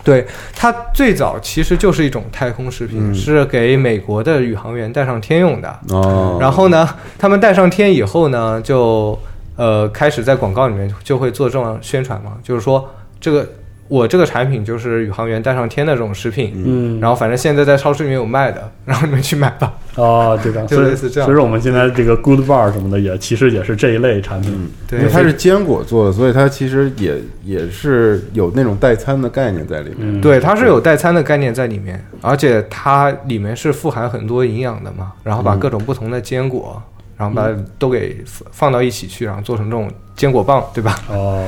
对，它最早其实就是一种太空食品，嗯是给美国的宇航员带上天用的。哦，然后呢，他们带上天以后呢，就呃开始在广告里面就会做这种宣传嘛，就是说这个我这个产品就是宇航员带上天的这种食品，嗯，然后反正现在在超市里面有卖的， 然后你们去买吧。后啊，这样，就所以类似这样所以说我们现在这个 good bar 什么的也其实也是这一类产品，因为对，它是坚果做的，所以它其实也也是有那种代餐的概念在里面。嗯，，对，它是有代餐的概念在里面，而且它里面是富含很多营养的嘛，然后把嗯各种不同的坚果，然后把它都给放到一起去，然后做成这种坚果棒，对吧？哦，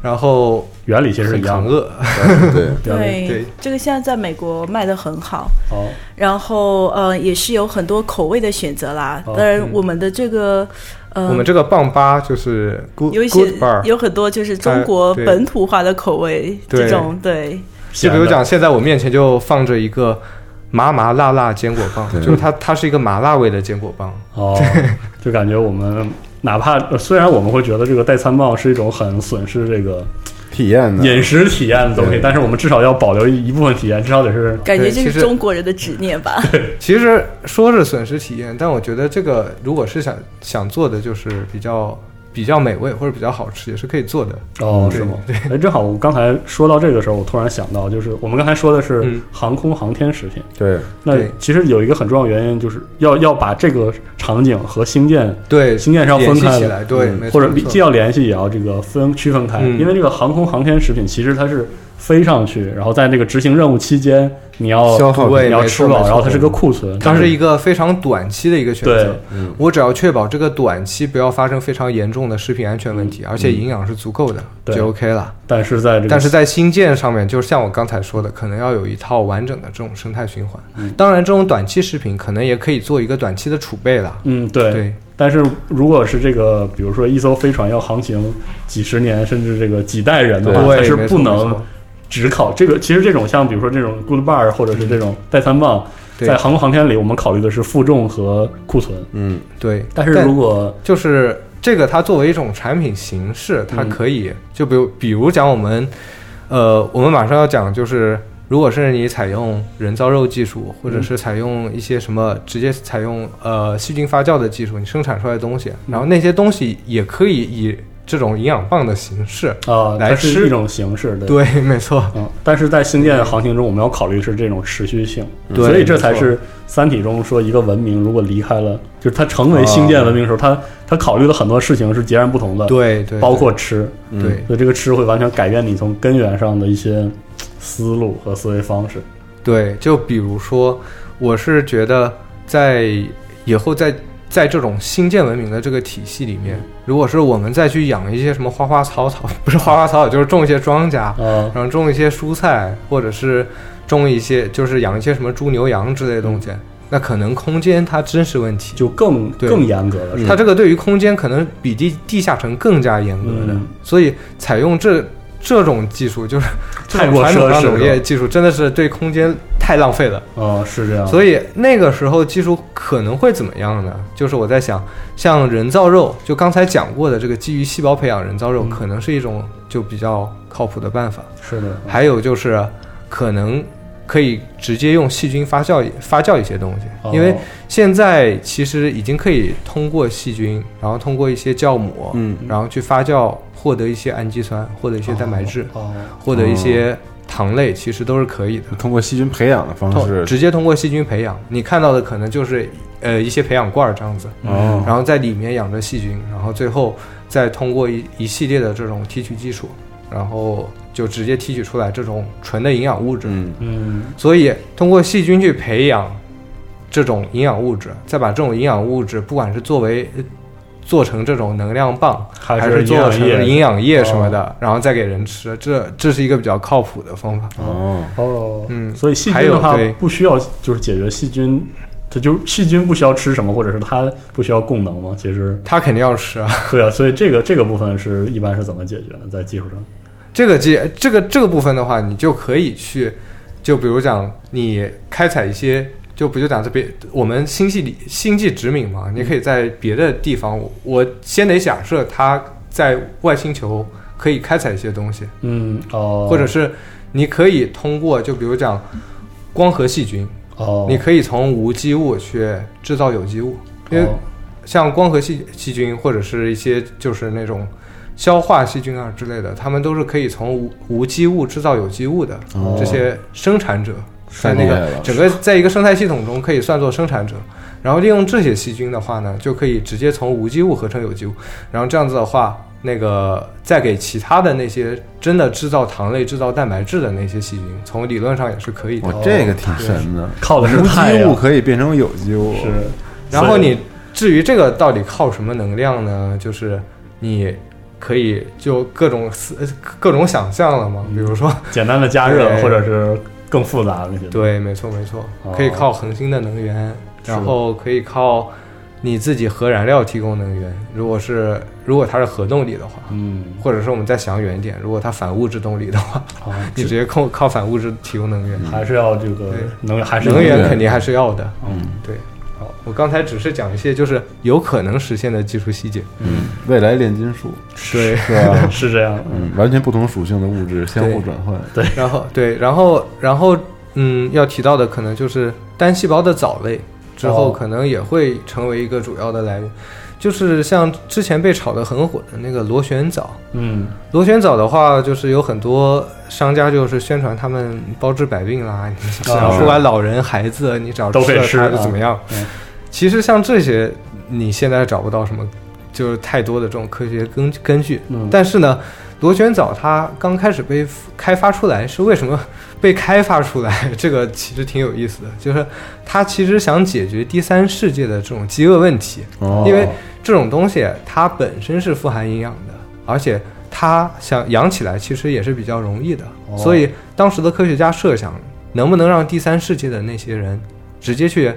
然后原理其实是很一样抗的，饿，嗯 对，原理，对这个现在在美国卖的很好，哦，然后呃也是有很多口味的选择啦。哦当然，我们的这个呃，嗯我们这个棒吧就是有 good 一些 good bar，呃有很多就是中国对本土化的口味，对这种对就比如讲，现在我面前就放着一个麻麻辣辣坚果棒对，就是它它是一个麻辣味的坚果棒， 哦，就感觉我们哪怕呃虽然我们会觉得这个代餐棒是一种很损失这个体验嗯的。饮食体验的东西对，但是我们至少要保留一一部分体验，至少得是感觉这其是实中国人的执念吧。 其实说是损失体验，但我觉得这个如果是想想做的，就是比较比较美味或者比较好吃，也是可以做的。哦，嗯对是吗？哎，正好我刚才说到这个时候，我突然想到，就是我们刚才说的是嗯航空航天食品，对，那对其实有一个很重要原因，就是要要把这个场景和星舰对，星舰是要分联系开起的来，对，嗯没错或者没既错要联系也要这个分区分开，嗯因为这个航空航天食品其实它是飞上去，然后在那个执行任务期间你要消耗对你要没吃错饱，没错嗯然后它是个库存，它但是一个非常短期的一个选择对。嗯，我只要确保这个短期不要发生非常严重的食品安全问题，而且营养是足够的，嗯对就 OK 了。但是在这个但是在新建上面，就是像我刚才说的，可能要有一套完整的这种生态循环。嗯当然，这种短期食品可能也可以做一个短期的储备了。嗯对。对但是如果是这个，比如说一艘飞船要航行几十年，甚至这个几代人的话，它对，是没错不没能错只考这个。其实这种像比如说这种 good bar 或者是这种代餐棒，对在航空航天里，我们考虑的是负重和库存。嗯，对。但是如果就是这个，它作为一种产品形式，它嗯可以、就比如比如讲我们，呃，我们马上要讲就是。如果是你采用人造肉技术，或者嗯是采用一些什么直接采用呃细菌发酵的技术，你生产出来的东西，嗯然后那些东西也可以以这种营养棒的形式啊，来它是吃一种形式，对对，没错，嗯，但是在星舰航行中，我们要考虑是这种持续性，嗯对所以这才没错是《三体》中说一个文明如果离开了，就是它成啊为星舰文明的时候，它它考虑的很多事情是截然不同的，，对对，包括吃，嗯对所以这个吃会完全改变你从根源上的一些思路和思维方式。对，就比如说，我是觉得在以后在在这种新建文明的这个体系里面，如果是我们再去养一些什么花花草草，不是花花草草，就是种一些庄稼，啊，然后种一些蔬菜，或者是种一些就是养一些什么猪牛羊之类的东西，那可能空间它真实问题，就更对嗯更严格了，是吧它这个对于空间可能比地地下城更加严格的，嗯所以采用这这种技 术，就是这太种过传统奢上侈农业了，技术，真的是对空间太浪费了。啊，是这样，以所以那个时候技术可能会怎么样呢？就是我在想，像人造肉，就刚才讲过的这个基于细胞培养人造肉，嗯可能是一种就比较靠谱的办法。是的，还有就是，可能可以直接用细菌发酵发酵一些东西，因为哦现在其实已经可以通过细菌，然后通过一些酵母，嗯，然后去发酵，获得一些氨基酸，获得一些蛋白质，哦，获得一些糖类，其实都是可以的。通过细菌培养的方通式，直接通过细菌培养，你看到的可能就是呃一些培养罐儿这样子，哦，然后在里面养着细菌，然后最后再通过一一系列的这种提取技术，然后就直接提取出来这种纯的营养物质。嗯，嗯，所以通过细菌去培养这种营养物质，再把这种营养物质，不管是作为做成这种能量棒，还还是是营做养成液哦营养液什么的，然后再给人吃，这这是一个比较靠谱的方法。哦，哦，嗯所以细还菌有的话对不需要就是解决细菌，它就细菌不需要吃什么，或者是它不需要供能吗？其实它肯定要吃啊，对啊，所以这个这个部分是一般是怎么解决的，在技术上？这个这这个这个部分的话，你就可以去，就比如讲你开采一些，就比如讲这别我们星系里星际殖民嘛，你可以在别的地方，我我先得假设它在外星球可以开采一些东西，嗯，哦，或者是你可以通过就比如讲光合细菌，哦，你可以从无机物去制造有机物，因为哦像光合细细菌或者是一些就是那种消化细菌啊之类的，它们都是可以从无无机物制造有机物的、哦这些生产者，在那太厉害个了整个在一个生态系统中可以算作生产者。然后利用这些细菌的话呢，就可以直接从无机物合成有机物，然后这样子的话。那个再给其他的那些真的制造糖类、制造蛋白质的那些细菌，从理论上也是可以的。哦我哦这个挺神的，靠的是无太机物阳，可以变成有机物，是，然后所以你至于这个到底靠什么能量呢？就是你可以就各种思各种想象了嗯嘛，比如说，简单的加热对或者是更复杂的那些，，对，没错没错哦，可以靠恒星的能源，是然后可以靠你自己核燃料提供能源。如果是如果它是核动力的话，嗯，或者说我们再想远一点，如果它反物质动力的话，好，你直接靠靠反物质提供能源，还是要这个啊嗯对嗯能源，还是能源源肯定还是要的。嗯，对好，？我刚才只是讲一些就是有可能实现的技术细节。嗯，未来炼金术，对。是吧 是这样，嗯，完全不同属性的物质相互转换，然后对，然后然后嗯，要提到的可能就是单细胞的藻类，之哦后可能也会成为一个主要的来源，就是像之前被炒得很火的那个螺旋藻。嗯，螺旋藻的话，就是有很多商家就是宣传他们包治百病啦，你只要不管老人孩子，你只要都可以了吃它啊就怎么样嗯。其实像这些，你现在找不到什么，就是太多的这种科学根根据。嗯但是呢，螺旋藻它刚开始被开发出来是为什么被开发出来？ 这个其实挺有意思的，就是它其实想解决第三世界的这种饥饿问题，哦因为这种东西它本身是富含营养的，而且它想养起来其实也是比较容易的，哦所以当时的科学家设想，能不能让第三世界的那些人直接去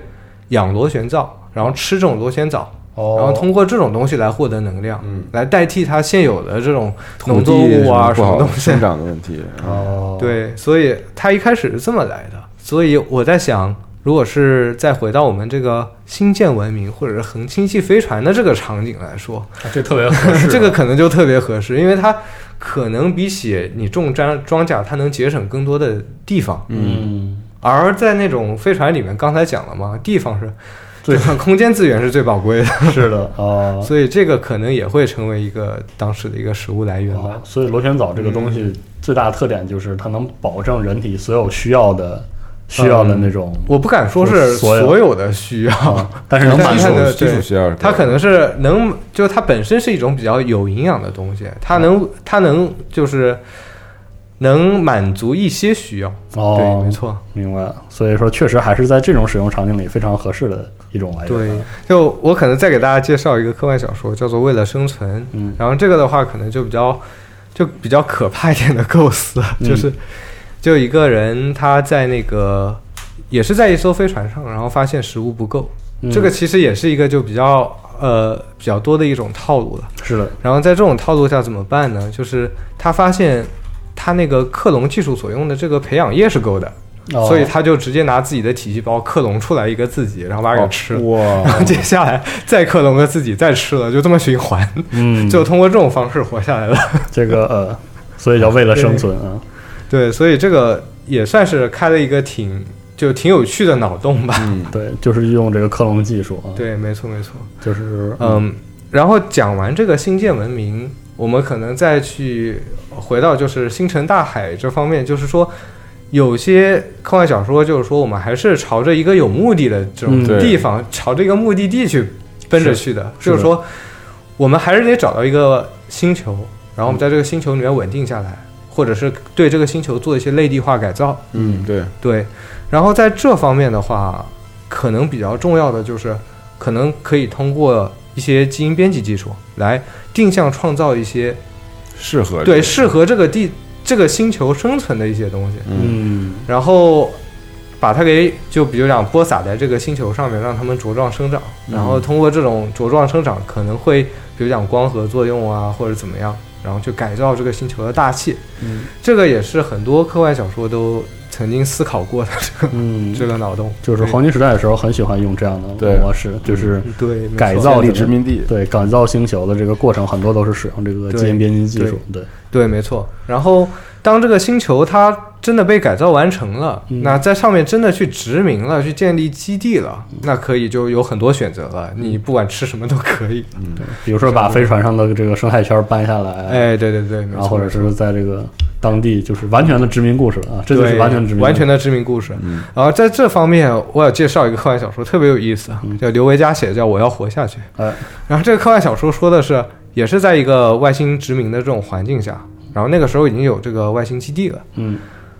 养螺旋藻，然后吃这种螺旋藻，哦，然后通过这种东西来获得能量，嗯来代替它现有的这种土农地作物啊什什么不好么东西生。长的问题，啊 哦，， 对，所以它一开始是这么来的。所以我在想，如果是再回到我们这个星舰文明或者是恒星系飞船的这个场景来说，啊这特别合啊适， 这个可能就特别合适，因为它可能比起你种庄庄稼，它能节省更多的地方。嗯，而在那种飞船里面，刚才讲了嘛，地方是对， 空间资源是最宝贵的，是的， 哦，所以这个可能也会成为一个当时的一个食物来源吧哦。所以螺旋藻这个东西嗯最大的特点就是它能保证人体所有需要的需要的那种，我不敢说是所有所有的需要，但是能满嗯但足它。的基础对需要是吧它可能是能，哦就它本身是一种比较有营养的东西，它能它能就是能满足一些需要。哦，对，没，错。明白了。所以说，确实还是在这种使用场景里非常合适的一种来源。对，就我可能再给大家介绍一个科幻小说，叫做《为了生存》。嗯然后这个的话，可能就比较就比较可怕一点的 构思了，嗯就是就一个人他在那个也是在一艘飞船上，然后发现食物不够，嗯这个其实也是一个就比较呃比较多的一种套路了。是的，然后在这种套路下怎么办呢？就是他发现他那个克隆技术所用的这个培养液是够的，哦所以他就直接拿自己的体细胞克隆出来一个自己，然后把它给吃了。然哇后，接下来再克隆个自己，再吃了，就这么循环，嗯， 就通过这种方式活下来了。这个呃，所以叫为了生存啊，对，所以这个也算是开了一个挺就挺有趣的脑洞吧。嗯，对，就是用这个克隆技术啊，，对，没错没错。就是嗯，然后讲完这个星舰文明，我们可能再去回到就是星辰大海这方面，就是说有些科幻小说，就是说我们还是朝着一个有目的的这种嗯对地方，朝着一个目的地去奔着去的，是就的是说我们还是得找到一个星球，然后我嗯们在这个星球里面稳定下来，或者是对这个星球做一些类地化改造。嗯，对，对，然后在这方面的话，可能比较重要的就是，可能可以通过一些基因编辑技术来定向创造一些适合对适合这个地这个星球生存的一些东西，嗯嗯，然后把它给就比如讲播撒在这个星球上面，让它们茁壮生长，然后通过这种茁壮生长，可能会比如讲光合作用啊，或者怎么样，然后去改造这个星球的大气。嗯，这个也是很多科幻小说都曾经思考过的 这个嗯，这个脑洞，就是黄金时代的时候很喜欢用这样的对模式，就是对改没错造建立这个殖民地，对改造星球的这个过程，很多都是使用这个对基因编辑技术，对，对，没错。然后当这个星球它真的被改造完成了，嗯那在上面真的去殖民了，去建立基地了，那可以就有很多选择了，嗯你不管吃什么都可以。比如说把飞船上的这个生态圈搬下来，哎，对对对，没然后或错，者没错是在这个当地就是完全的殖民故事了啊，这就是对完全殖民，完全的殖民故事。嗯然后在这方面，我有介绍一个科幻小说，特别有意思啊，嗯叫刘维佳写的，叫《我要活下去》。哎，然后这个科幻小说说的是，也是在一个外星殖民的这种环境下，然后那个时候已经有这个外星基地了。嗯，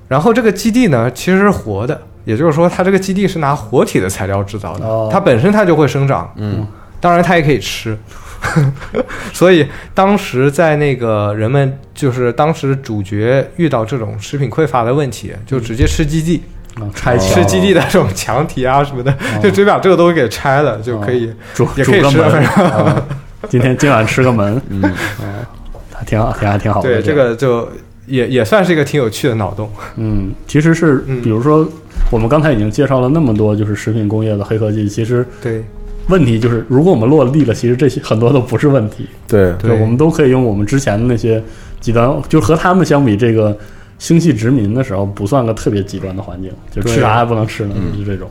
然后这个基地呢，其实是活的，也就是说，它这个基地是拿活体的材料制造的，哦它本身它就会生长，嗯，当然它也可以吃。 所以当时在那个人们就是当时主角遇到这种食品匮乏的问题，就直接吃基地，啊拆 吃迁哦基地的这种墙体啊什么的，哦就直接把这个东西给拆了，就可以。煮也煮可以个吃门，反啊今天今晚吃个门，啊嗯还挺好，挺还挺好的。对，这个就也也算是一个挺有趣的脑 洞。嗯，其实是嗯比如说，我们刚才已经介绍了那么多，就是食品工业的黑科技。其实对，问题就是，如果我们落地了，其实这些很多都不是问题，对，对就我们都可以用我们之前的那些极端，就和他们相比，这个星系殖民的时候不算个特别极端的环境，就对啊嗯吃啥还不能吃呢，就是这种，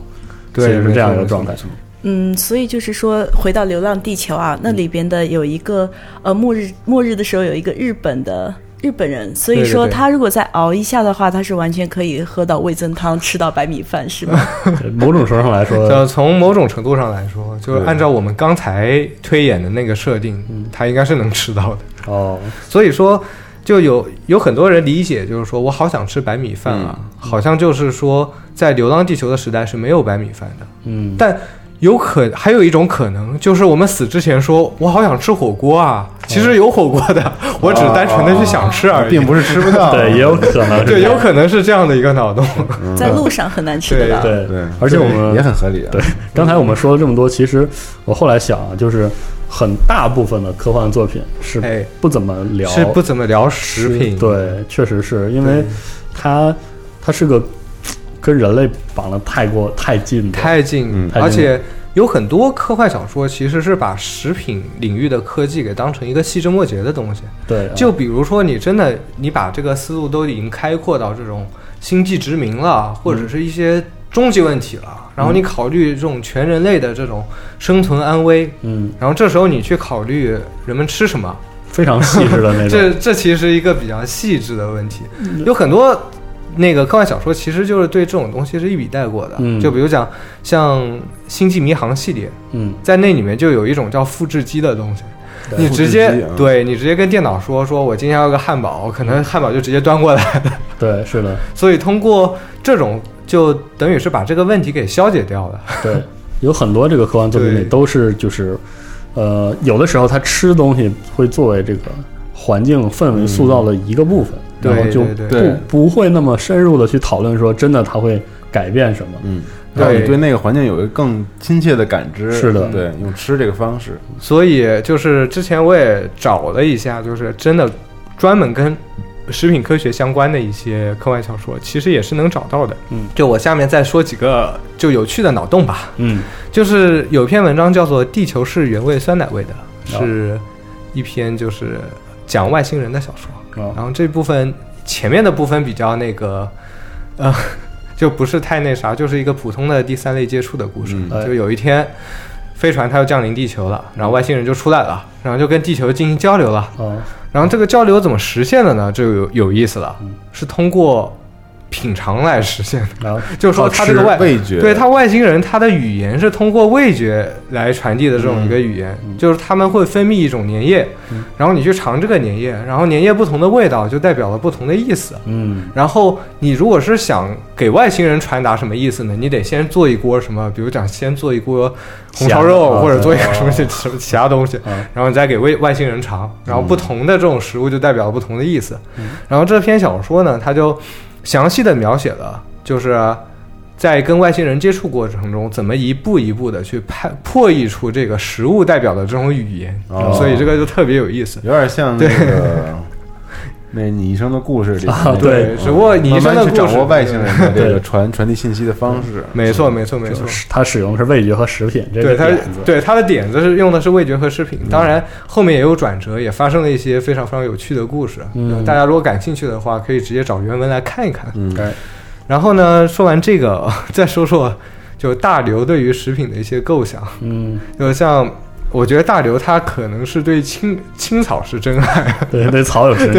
对其实是这样一个没错状态没。错嗯，所以就是说，回到《流浪地球》啊，那里边的有一个嗯呃末日末日的时候有一个日本的日本人，所以对对说对他如果再熬一下的话，他是完全可以喝到味增汤，吃到白米饭，是吗？对某种程度上来 说，呃，从某种程度上来说，就是按照我们刚才推演的那个设定，嗯它应该是能吃到的。 哦，所以说，就有有很多人理解，就是说我好想吃白米饭啊，嗯好像就是说在《流浪地球》的时代是没有白米饭的。嗯，但有可还有一种可能，就是我们死之前说我好想吃火锅啊，哦其实有火锅的，我只单纯的去想吃而已，哦并不是吃不到，啊对，也有可能是 对，有可能是这样的一个脑洞。在路上很难吃得到。 对对，而且我们也很合理啊，对，刚才我们说了这么多，其实我后来想啊，就是很大部分的科幻作品哎是不怎么聊，是不怎么聊食品，对，确实是因为它它是个跟人类绑得太过太近的，太近，嗯太近而且有很多科幻小说其实是把食品领域的科技给当成一个细枝末节的东西。对，啊就比如说，你真的你把这个思路都已经开阔到这种星际殖民了，或嗯者是一些终极问题了，然后你考虑这种全人类的这种生存安危，嗯，然后这时候你去考虑人们吃什么，非常细致的那 这种，这其实是一个比较细致的问题，有很多那个科幻小说其实就是对这种东西是一笔带过的。嗯就比如讲像《星际迷航》系列，嗯，在那里面就有一种叫复制机的东西，对你直接复制机啊对你直接跟电脑说，说我今天要个汉堡，可能汉堡就直接端过来 了。对，是的，所以通过这种，就等于是把这个问题给消解掉了。对，有很多这个科幻作品里对都是就是，呃，有的时候它吃东西会作为这个环境氛围塑造的一个部分，嗯对然后就对对对不不会那么深入的去讨论说真的它会改变什么。嗯，让你对对那个环境有一个更亲切的感知。是的对，用吃这个方式，所以就是之前我也找了一下，就是真的专门跟食品科学相关的一些科幻小说，其实也是能找到的。嗯，就我下面再说几个就有趣的脑洞吧。嗯就是有篇文章叫做《地球是原味酸奶味的》，哦是一篇就是讲外星人的小说。哦然后这部分前面的部分比较那个，呃， 就不是太那啥，就是一个普通的第三类接触的故事。嗯哎就有一天，飞船它要降临地球了，然后外星人就出来了，然后就跟地球进行交流了。啊然后这个交流怎么实现的呢？就有有意思了，嗯是通过品尝来实现的。然后就是说，它这个好吃外味觉，对他外星人，他的语言是通过味觉来传递的这种一个语言，就是他们会分泌一种粘液，然后你去尝这个粘液，然后粘液不同的味道就代表了不同的意思。嗯然后你如果是想给外星人传达什么意思呢？你得先做一锅什么，比如讲先做一锅红烧咸的肉，啊或者对做一个什么什么其他东西，啊然后你再给外外星人尝，然后不同的这种食物就代表了不同的意思。嗯然后这篇小说呢，它就详细的描写了，就是在跟外星人接触过程中，怎么一步一步的去判破译出这个食物代表的这种语言，哦所以这个就特别有意思。有点像那个 那你一生的故事里啊对嗯只不过你一生慢的慢故去事掌握外星人的这对个传传递信息的方式，啊没错，没错，没错。就是它使用的是味觉和食品这对个它点子，对它的点子是用的是味觉和食品，当然后面也有转折，也发生了一些非常非常有趣的故事。啊嗯大家如果感兴趣的话，可以直接找原文来看一看。嗯哎然后呢，说完这个， 再说说就大刘对于食品的一些构想，嗯，就像。我觉得大刘他可能是对青青草是真爱，对对，草有对吃，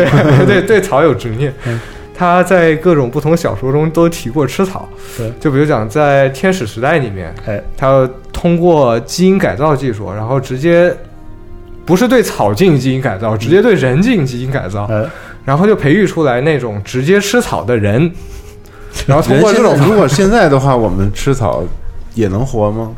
对对草有执念嗯。他在各种不同小说中都提过吃草，对就比如讲在《天使时代》里面，哎它通过基因改造技术，然后直接不是对草进基因改造，直接对人进基因改嗯造，哎，然后就培育出来那种直接吃草 的人。然后通人过现这种在如果现在的话，我们吃草也能活吗？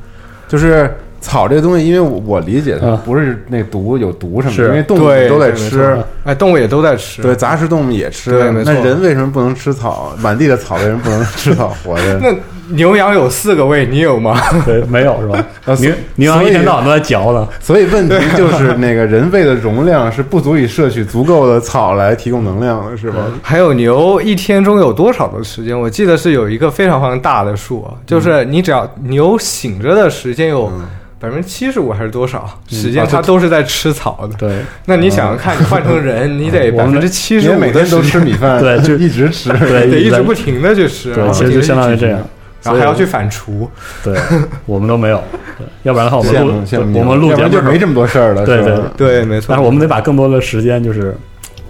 就是草这东西，因为我我理解它啊不是那毒有毒什么是的，因为动物对都在对没吃错，哎，动物也都在吃。对，杂食动物也吃对没。错那人为什么不能吃草？满地的草为什么不能吃 草活着？那牛羊有四个胃，你有吗？ 对，没有是 吧？啊所牛牛羊一所以天到晚都在嚼呢，所以问题就是那个人胃的容量是不足以摄取足够的草来提供能量的，是吧？嗯还有牛一天中有多少的时间？我记得是有一个非常非常大的数嗯啊，就是你只要牛醒着的时间有百分之七十五还是多少时间，啊它都是在吃草的。 对。那你想想看，你换 成人，你得嗯我百们分的之七因十为五每天都吃米饭，对就一直吃。 对得一在直不停的去啊吃，然对，后其实就相当于这样，然后还要去反刍。对，我们都没有，对要不然的话我羡们慕羡慕录你，我们录要不节然目就没这么多事儿了，对是吧对对，没错。但是我们得把更多的时间就是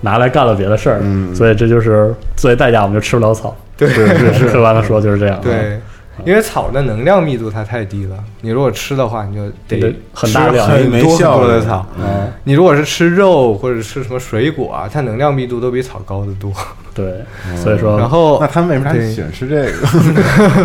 拿来干了别的事儿，嗯所以这就是作为代价，我们就吃不 了草。对是是，客观的说就是这样。啊对，因为草的能量密度它太低了，你如果吃的话，你就得得很大吃量很没多很效多的率草。啊，你如果是吃肉或者吃什么水果啊，它能量密度都比草高得多。对，哦所以说然，后那他们为什么还对喜欢吃这 个？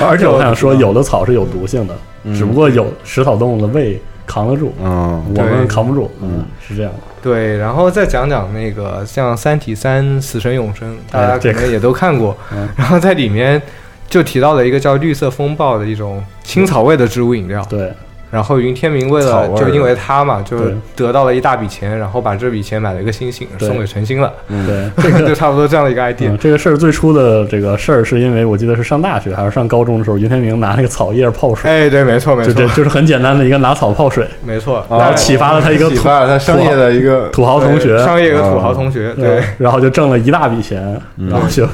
而且我想说，有的草是有毒性的，只不过有食草动物的胃扛得住，嗯，我们对扛不住。嗯，是这样。对，然后再讲讲那个像《三体三》《死神永生》，大哎家这可个能也都看过。嗯然后在里面就提到了一个叫绿色风暴的一种青草味的植物饮料。对然后云天明为草了味儿就因为他嘛，就对得到了一大笔钱，然后把这笔钱买了一个星星对送给陈星了，嗯对，这个就差不多 这样的一个 idea 嗯。这个事儿最初的这个事儿，是因为我记得是上大学还是上高中的时候，云天明拿那个草叶泡水， 哎，对，没错，没就这错，就是很简单的一个拿草泡水，没错。哦然后那启发了他一个启土发了他商业的一个 土豪同学啊对，商业一个土豪同学，对。然后就挣了一大笔钱，然后就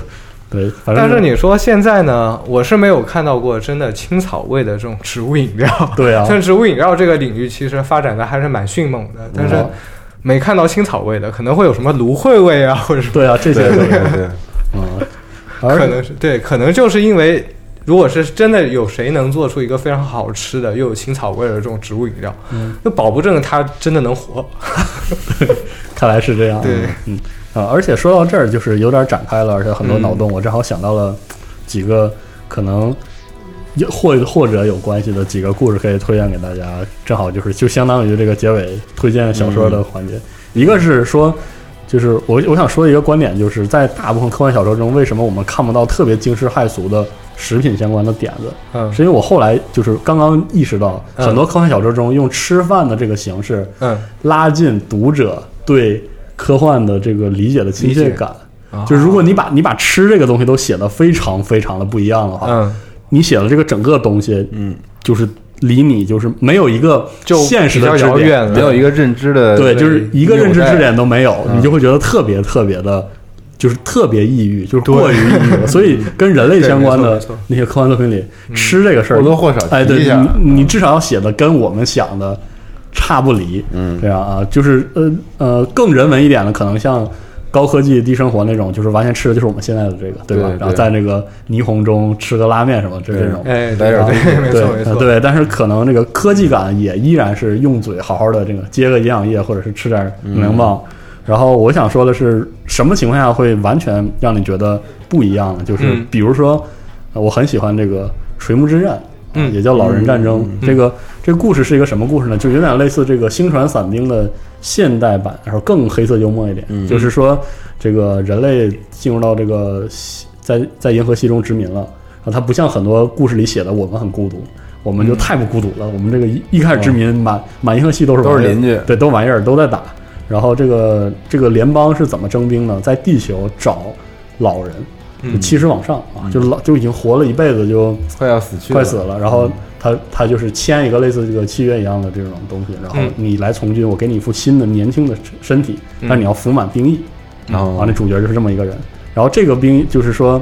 对，反正但是你说现在呢，我是没有看到过真的青草味的这种植物饮料。对啊像植物饮料这个领域，其实发展的还是蛮迅猛的，但是嗯没看到青草味的，可能会有什么芦荟味啊，或者什么，对啊，这对些对 都有对对，嗯，可而能是对，可能就是因为如果是真的有谁能做出一个非常好吃的又有青草味儿的这种植物饮料，嗯那保不证它真的能活。看来是这样。对，嗯啊，而且说到这儿，就是有点展开了，而且很嗯多脑洞，我正好想到了几个可能有或或者有关系的几个故事可以推荐给大家，正好就是就相当于这个结尾推荐小说嗯的环节。一个是说，就是我我想说的一个观点，就是在大部分科幻小说中，为什么我们看不到特别惊世骇俗的食品相关的点子？嗯是因为我后来就是刚刚意识到，嗯很多科幻小说中用吃饭的这个形式，嗯，拉近读者对科幻的这个理解的亲切感。啊就是如果你把你把吃这个东西都写的非常非常的不一样的话，嗯你写的这个整个东西，嗯，就是离你就是没有一个就现实的比支较遥点 远了，没有一个认知的对，就是一个认知纽带支点都没有，嗯你就会觉得特别特别的，就是特别抑郁，就是过于抑郁了。所以嗯跟人类相关对的没错没错那些科幻作品里，吃这个事儿或多或少哎，提对一下嗯你，你至少要写的跟我们想的差不离，嗯，这样啊，就是呃呃更人文一点的，可能像。高科技低生活那种，就是完全吃的就是我们现在的这个，对吧？对对然后在那个霓虹中吃个拉面什么，这这种，哎，来对点儿对，没错没呃错，对，但是可能这个科技感也依然是用嘴好好的这个接个营养液，或者是吃点嗯能量棒。然后我想说的是，什么情况下会完全让你觉得不一样呢？就是嗯比如说，呃我很喜欢这个《垂暮之战》，啊嗯也叫《老人战争》。嗯这个这个故事是一个什么故事呢？就有点类似这个《星船散兵》的现代版，然后更黑色幽默一点。嗯就是说，这个人类进入到这个西在在银河系中殖民了，然后它不像很多故事里写的我们很孤独，我们就太不孤独了。我们这个一一开始殖民，满满银河系都是都是玩意儿邻居对，都玩意儿都在打。然后这个这个联邦是怎么征兵呢？在地球找老人，嗯就七十往上啊，就老就已经活了一辈子就快要死去，快死。了，然嗯后他他就是签一个类似这个契约一样的这种东西，然后嗯你来从军，我给你一副新的年轻的身身体，但你要服满兵役。嗯然啊，哦后那主角就是这么一个人。然后这个兵就是说，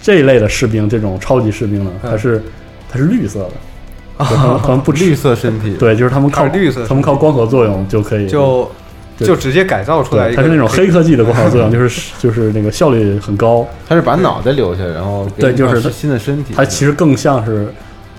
这一类的士兵，这种超级士兵呢，嗯哦他是他是绿色的，就他们他们不绿吃，色身体，对，就是他们靠它是绿色的他们靠光合作用就可以就对就直接改造出来对，一它个，是那种黑科技的光合 作用，就是就是那个效率很高。他是把脑袋留下，然后给对你就是长新的身体。它其实更像是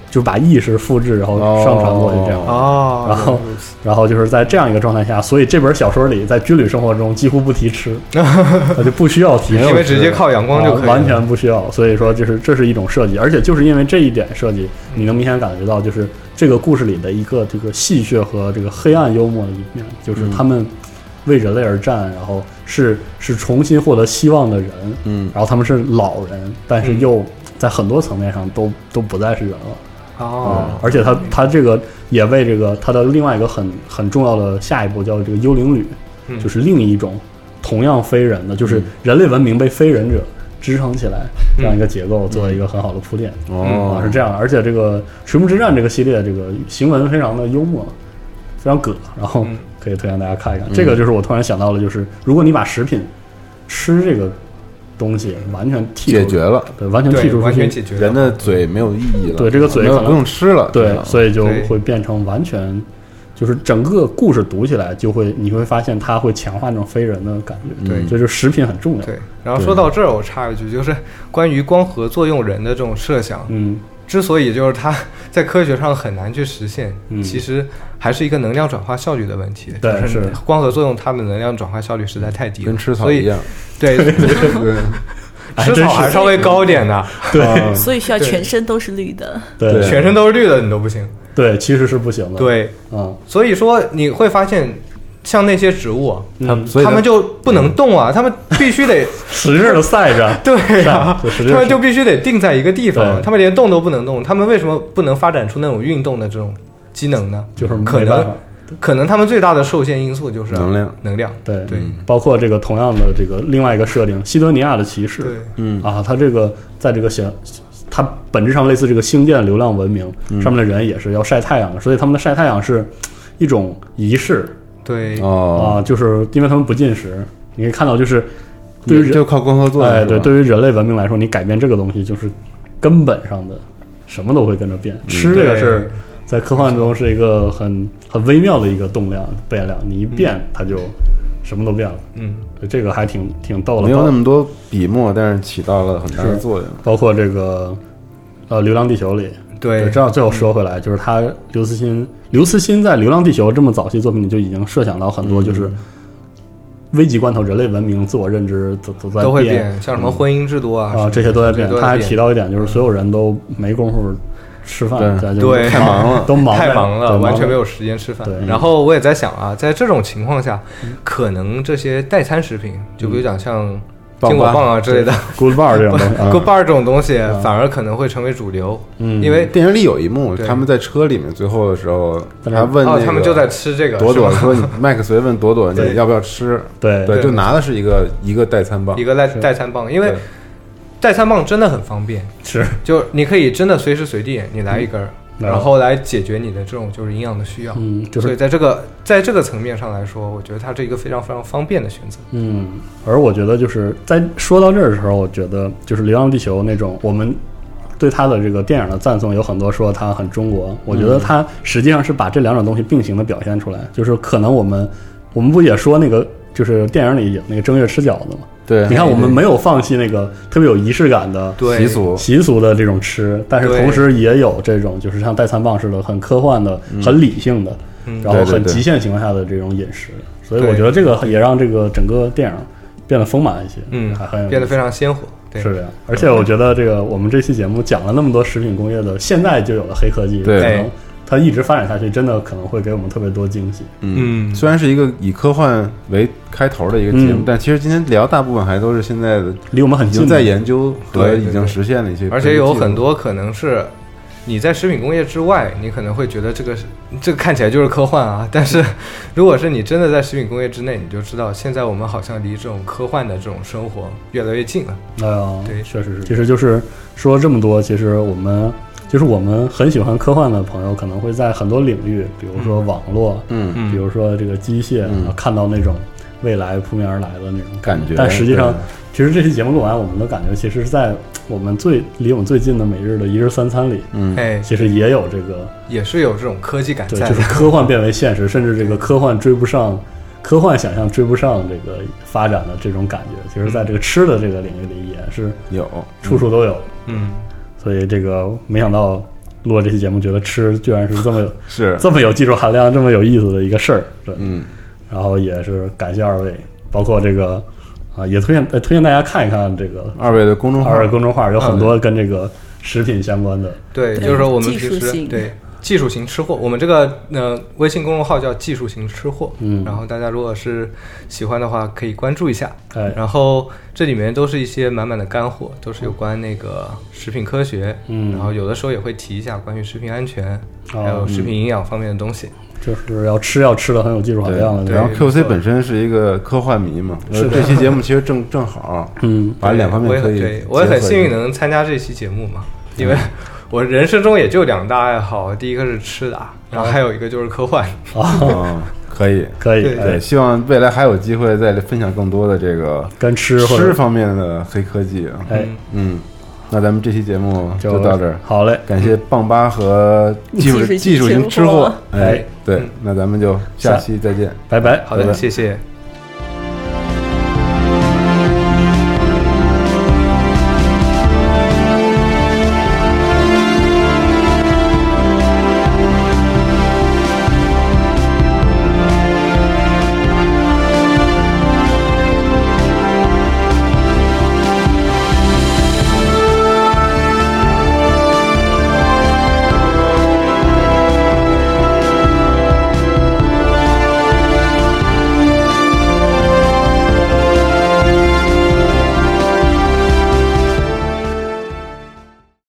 就把意识复制，然后上传过去这样。哦，然后，然后就是在这样一个状态下，所以这本小说里在军旅生活中几乎不提 吃，它就不需要提，因为直接靠阳光就可以了，啊完全不需要。所以说，就是这是一种设计，而且就是因为这一点设计，嗯你能明显感觉到，就是这个故事里的一个这个戏谑和这个黑暗幽默的一面，嗯就是他们为人类而战，然后是是重新获得希望的人，嗯，然后他们是老人，但是嗯又在很多层面上都都不再是人了。哦，而且他他这个也为这个他的另外一个很很重要的下一步叫这个幽灵旅，嗯就是另一种同样非人的，就是人类文明被非人者支撑起来嗯这样一个结构，做一个很好的铺垫。啊，哦是，这样。而且这个《水幕之战》这个系列，这个行文非常的幽默，非常葛，然后嗯可以推荐大家看一看。这个就是我突然想到了，就是如果你把食品吃这个东西完全剔除解决了对，完全剔对，除出完去全，解决了人的嘴没有意义了，对这个嘴没有可能不用吃了，嗯对，所以就对会变成完全，就是整个故事读起来就会，你会发现它会强化那种非人的感觉。对这就是食品很重要。对，然后说到这儿，我插一句，就是关于光合作用人的这种设想，嗯，之所以就是它在科学上很难去实现，嗯其实还是一个能量转化效率的问题。对就是光合作用它的能量转化效率实在太低了，跟吃草所 以一样。。 对， 对，哎吃真草是还稍微高一点的，啊所以需要对全身都是绿的。对对 全身都是绿的，你都不行。对，其实是不行的。，对，嗯，所以说你会发现，像那些植物啊，嗯，所以它们就不能动啊，它们必须得。使劲的晒着 对呀、啊就使劲他们晒就必须得定在一个地对方，他们连动都不能动，他们为什么不能发展出那种运动的这种机能呢？就是没可办法能，可能他们最大的受限因素就是能量能量，对对包括这个同样的这个另外一个设定，西多尼亚的骑士，对嗯啊，它这个在这个星，它本质上类似这个星舰流浪文明、嗯上面的人也是要晒太阳的，所以他们的晒太阳是一种仪式对，哦，啊，就是因为他们不进食，你可以看到就是对于也人就靠光合作用，哎，是吧对，对于人类文明来说，你改变这个东西就是根本上的，什么都会跟着变。嗯吃这个事儿对，在科幻中是一个很很微妙的一个动量变量，你一变嗯它就什么都变了。嗯，对这个还挺挺逗的，没有包那么多笔墨，但是起到了很大的作用。包括这个呃《流浪地球》里。对对，这样最后说回来，就是他刘慈欣，刘慈欣在《流浪地球》这么早期作品里就已经设想到很多，嗯就是危急关头，人类文明、自我认知都都在都会变变，像什么婚姻制度啊什啊，么这些都在这变些都。在他还变嗯提到一点，就是所有人都没工夫吃饭，对大家就对太忙 了都忙太着忙对了，完全着没有时间吃饭对。嗯然后我也在想啊，在这种情况下，可能这些代餐食品，就比如讲像坚果棒棒啊之类的 Good Bar 这种 东西啊 g o b a r 这种东西，反而可能会成为主流，嗯因为电影里有一幕，对他们在车里面，最后的时候，在那他问那哦个，他们就在吃这个，朵朵是吧说你：“麦克随问朵 朵，对你要不要吃？”对对，对就拿的是一个一个代餐棒一，个代嗯代餐棒，因为对代餐棒真的很方便，是就你可以真的随时随地你来一根儿，嗯然后来解决你的这种就是营养的需要。嗯，就所以是在这个在这个层面上来说，我觉得它是一个非常非常方便的选择。嗯，而我觉得就是在说到这儿的时候，我觉得就是《流浪地球》那种我们。对它的这个电影的赞颂有很多，说它很中国。我觉得它实际上是把这两种东西并行的表现出来。就是可能我们，我们不也说那个，就是电影里有那个正月吃饺子嘛？对，你看，我们没有放弃那个特别有仪式感的对习俗，习俗的这种吃，但是对同时也有这种就是像代餐棒似的，很科幻的、很理性的，嗯然后对对很对极限情况下的这种饮食。所以对我觉得这个也让这个整个电影变得丰满一些，嗯还很有，变得非意常鲜活。思对，是这样。而且我觉得这个我们这期节目讲了那么多食品工业的现在就有了黑科技，对可能它一直发展下去，真的可能会给我们特别多惊喜。嗯虽然是一个以科幻为开头的一个节目嗯，但其实今天聊大部分还都是现在的离我们很已近经的，在研究和对对已经实现的一些科技技术，而且有很多可能是你在食品工业之外，你可能会觉得这个是这个看起来就是科幻啊，但是如果是你真的在食品工业之内，你就知道现在我们好像离这种科幻的这种生活越来越近了。哎哦呀，对确实是。其实就是说这么多，其实我们就是我们很喜欢科幻的朋友，可能会在很多领域，比如说网络，嗯嗯比如说这个机械，嗯看到那种未来扑面而来的那种感觉，但实际上对，其实这期节目录完，我们的感觉其实是在我们最离我们最近的每日的一日三餐里，嗯，哎，其实也有这个也是有这种科技感对，在就的是。科幻变为现实，甚至这个科幻追不上，科幻想象追不上这个发展的这种感觉，其实在这个吃的这个领域里也是有处处都有。嗯，所以这个没想到录了这期节目，觉得吃居然是这么有 是这么有技术含量、这么有意思的一个事儿。对，嗯，然后也是感谢二位，包括这个啊，也推荐呃推荐大家看一看这个二位的公众号二位公众号，有很嗯多跟这个食品相关的。对，对就是说我们技术平时型对技术型吃货，我们这个呃微信公众号叫技术型吃货，嗯然后大家如果是喜欢的话，可以关注一下。哎然后这里面都是一些满满的干货，都是有关那个食品科学，嗯然后有的时候也会提一下关于食品安全，哦嗯还有食品营养方面的东西。就是要吃要吃的很有技术含对量的，然后对 QC 本身是一个科幻迷嘛，是的这期节目其实正正好，嗯，把两方面可以对我结合一也很对，我也下很幸运能参加这期节目嘛，因为我人生中也就两大爱好，第一个是吃的，啊然后还有一个就是科幻。嗯，可以。可以，对哎对，希望未来还有机会再分享更多的这个跟吃或吃者方面的黑科技啊。哎嗯嗯，那咱们这期节目就到这儿，好嘞，感谢棒八和技术技术型技术型吃吃货货。哎哎，对嗯，那咱们就下期再见。拜拜，好的，拜拜谢谢。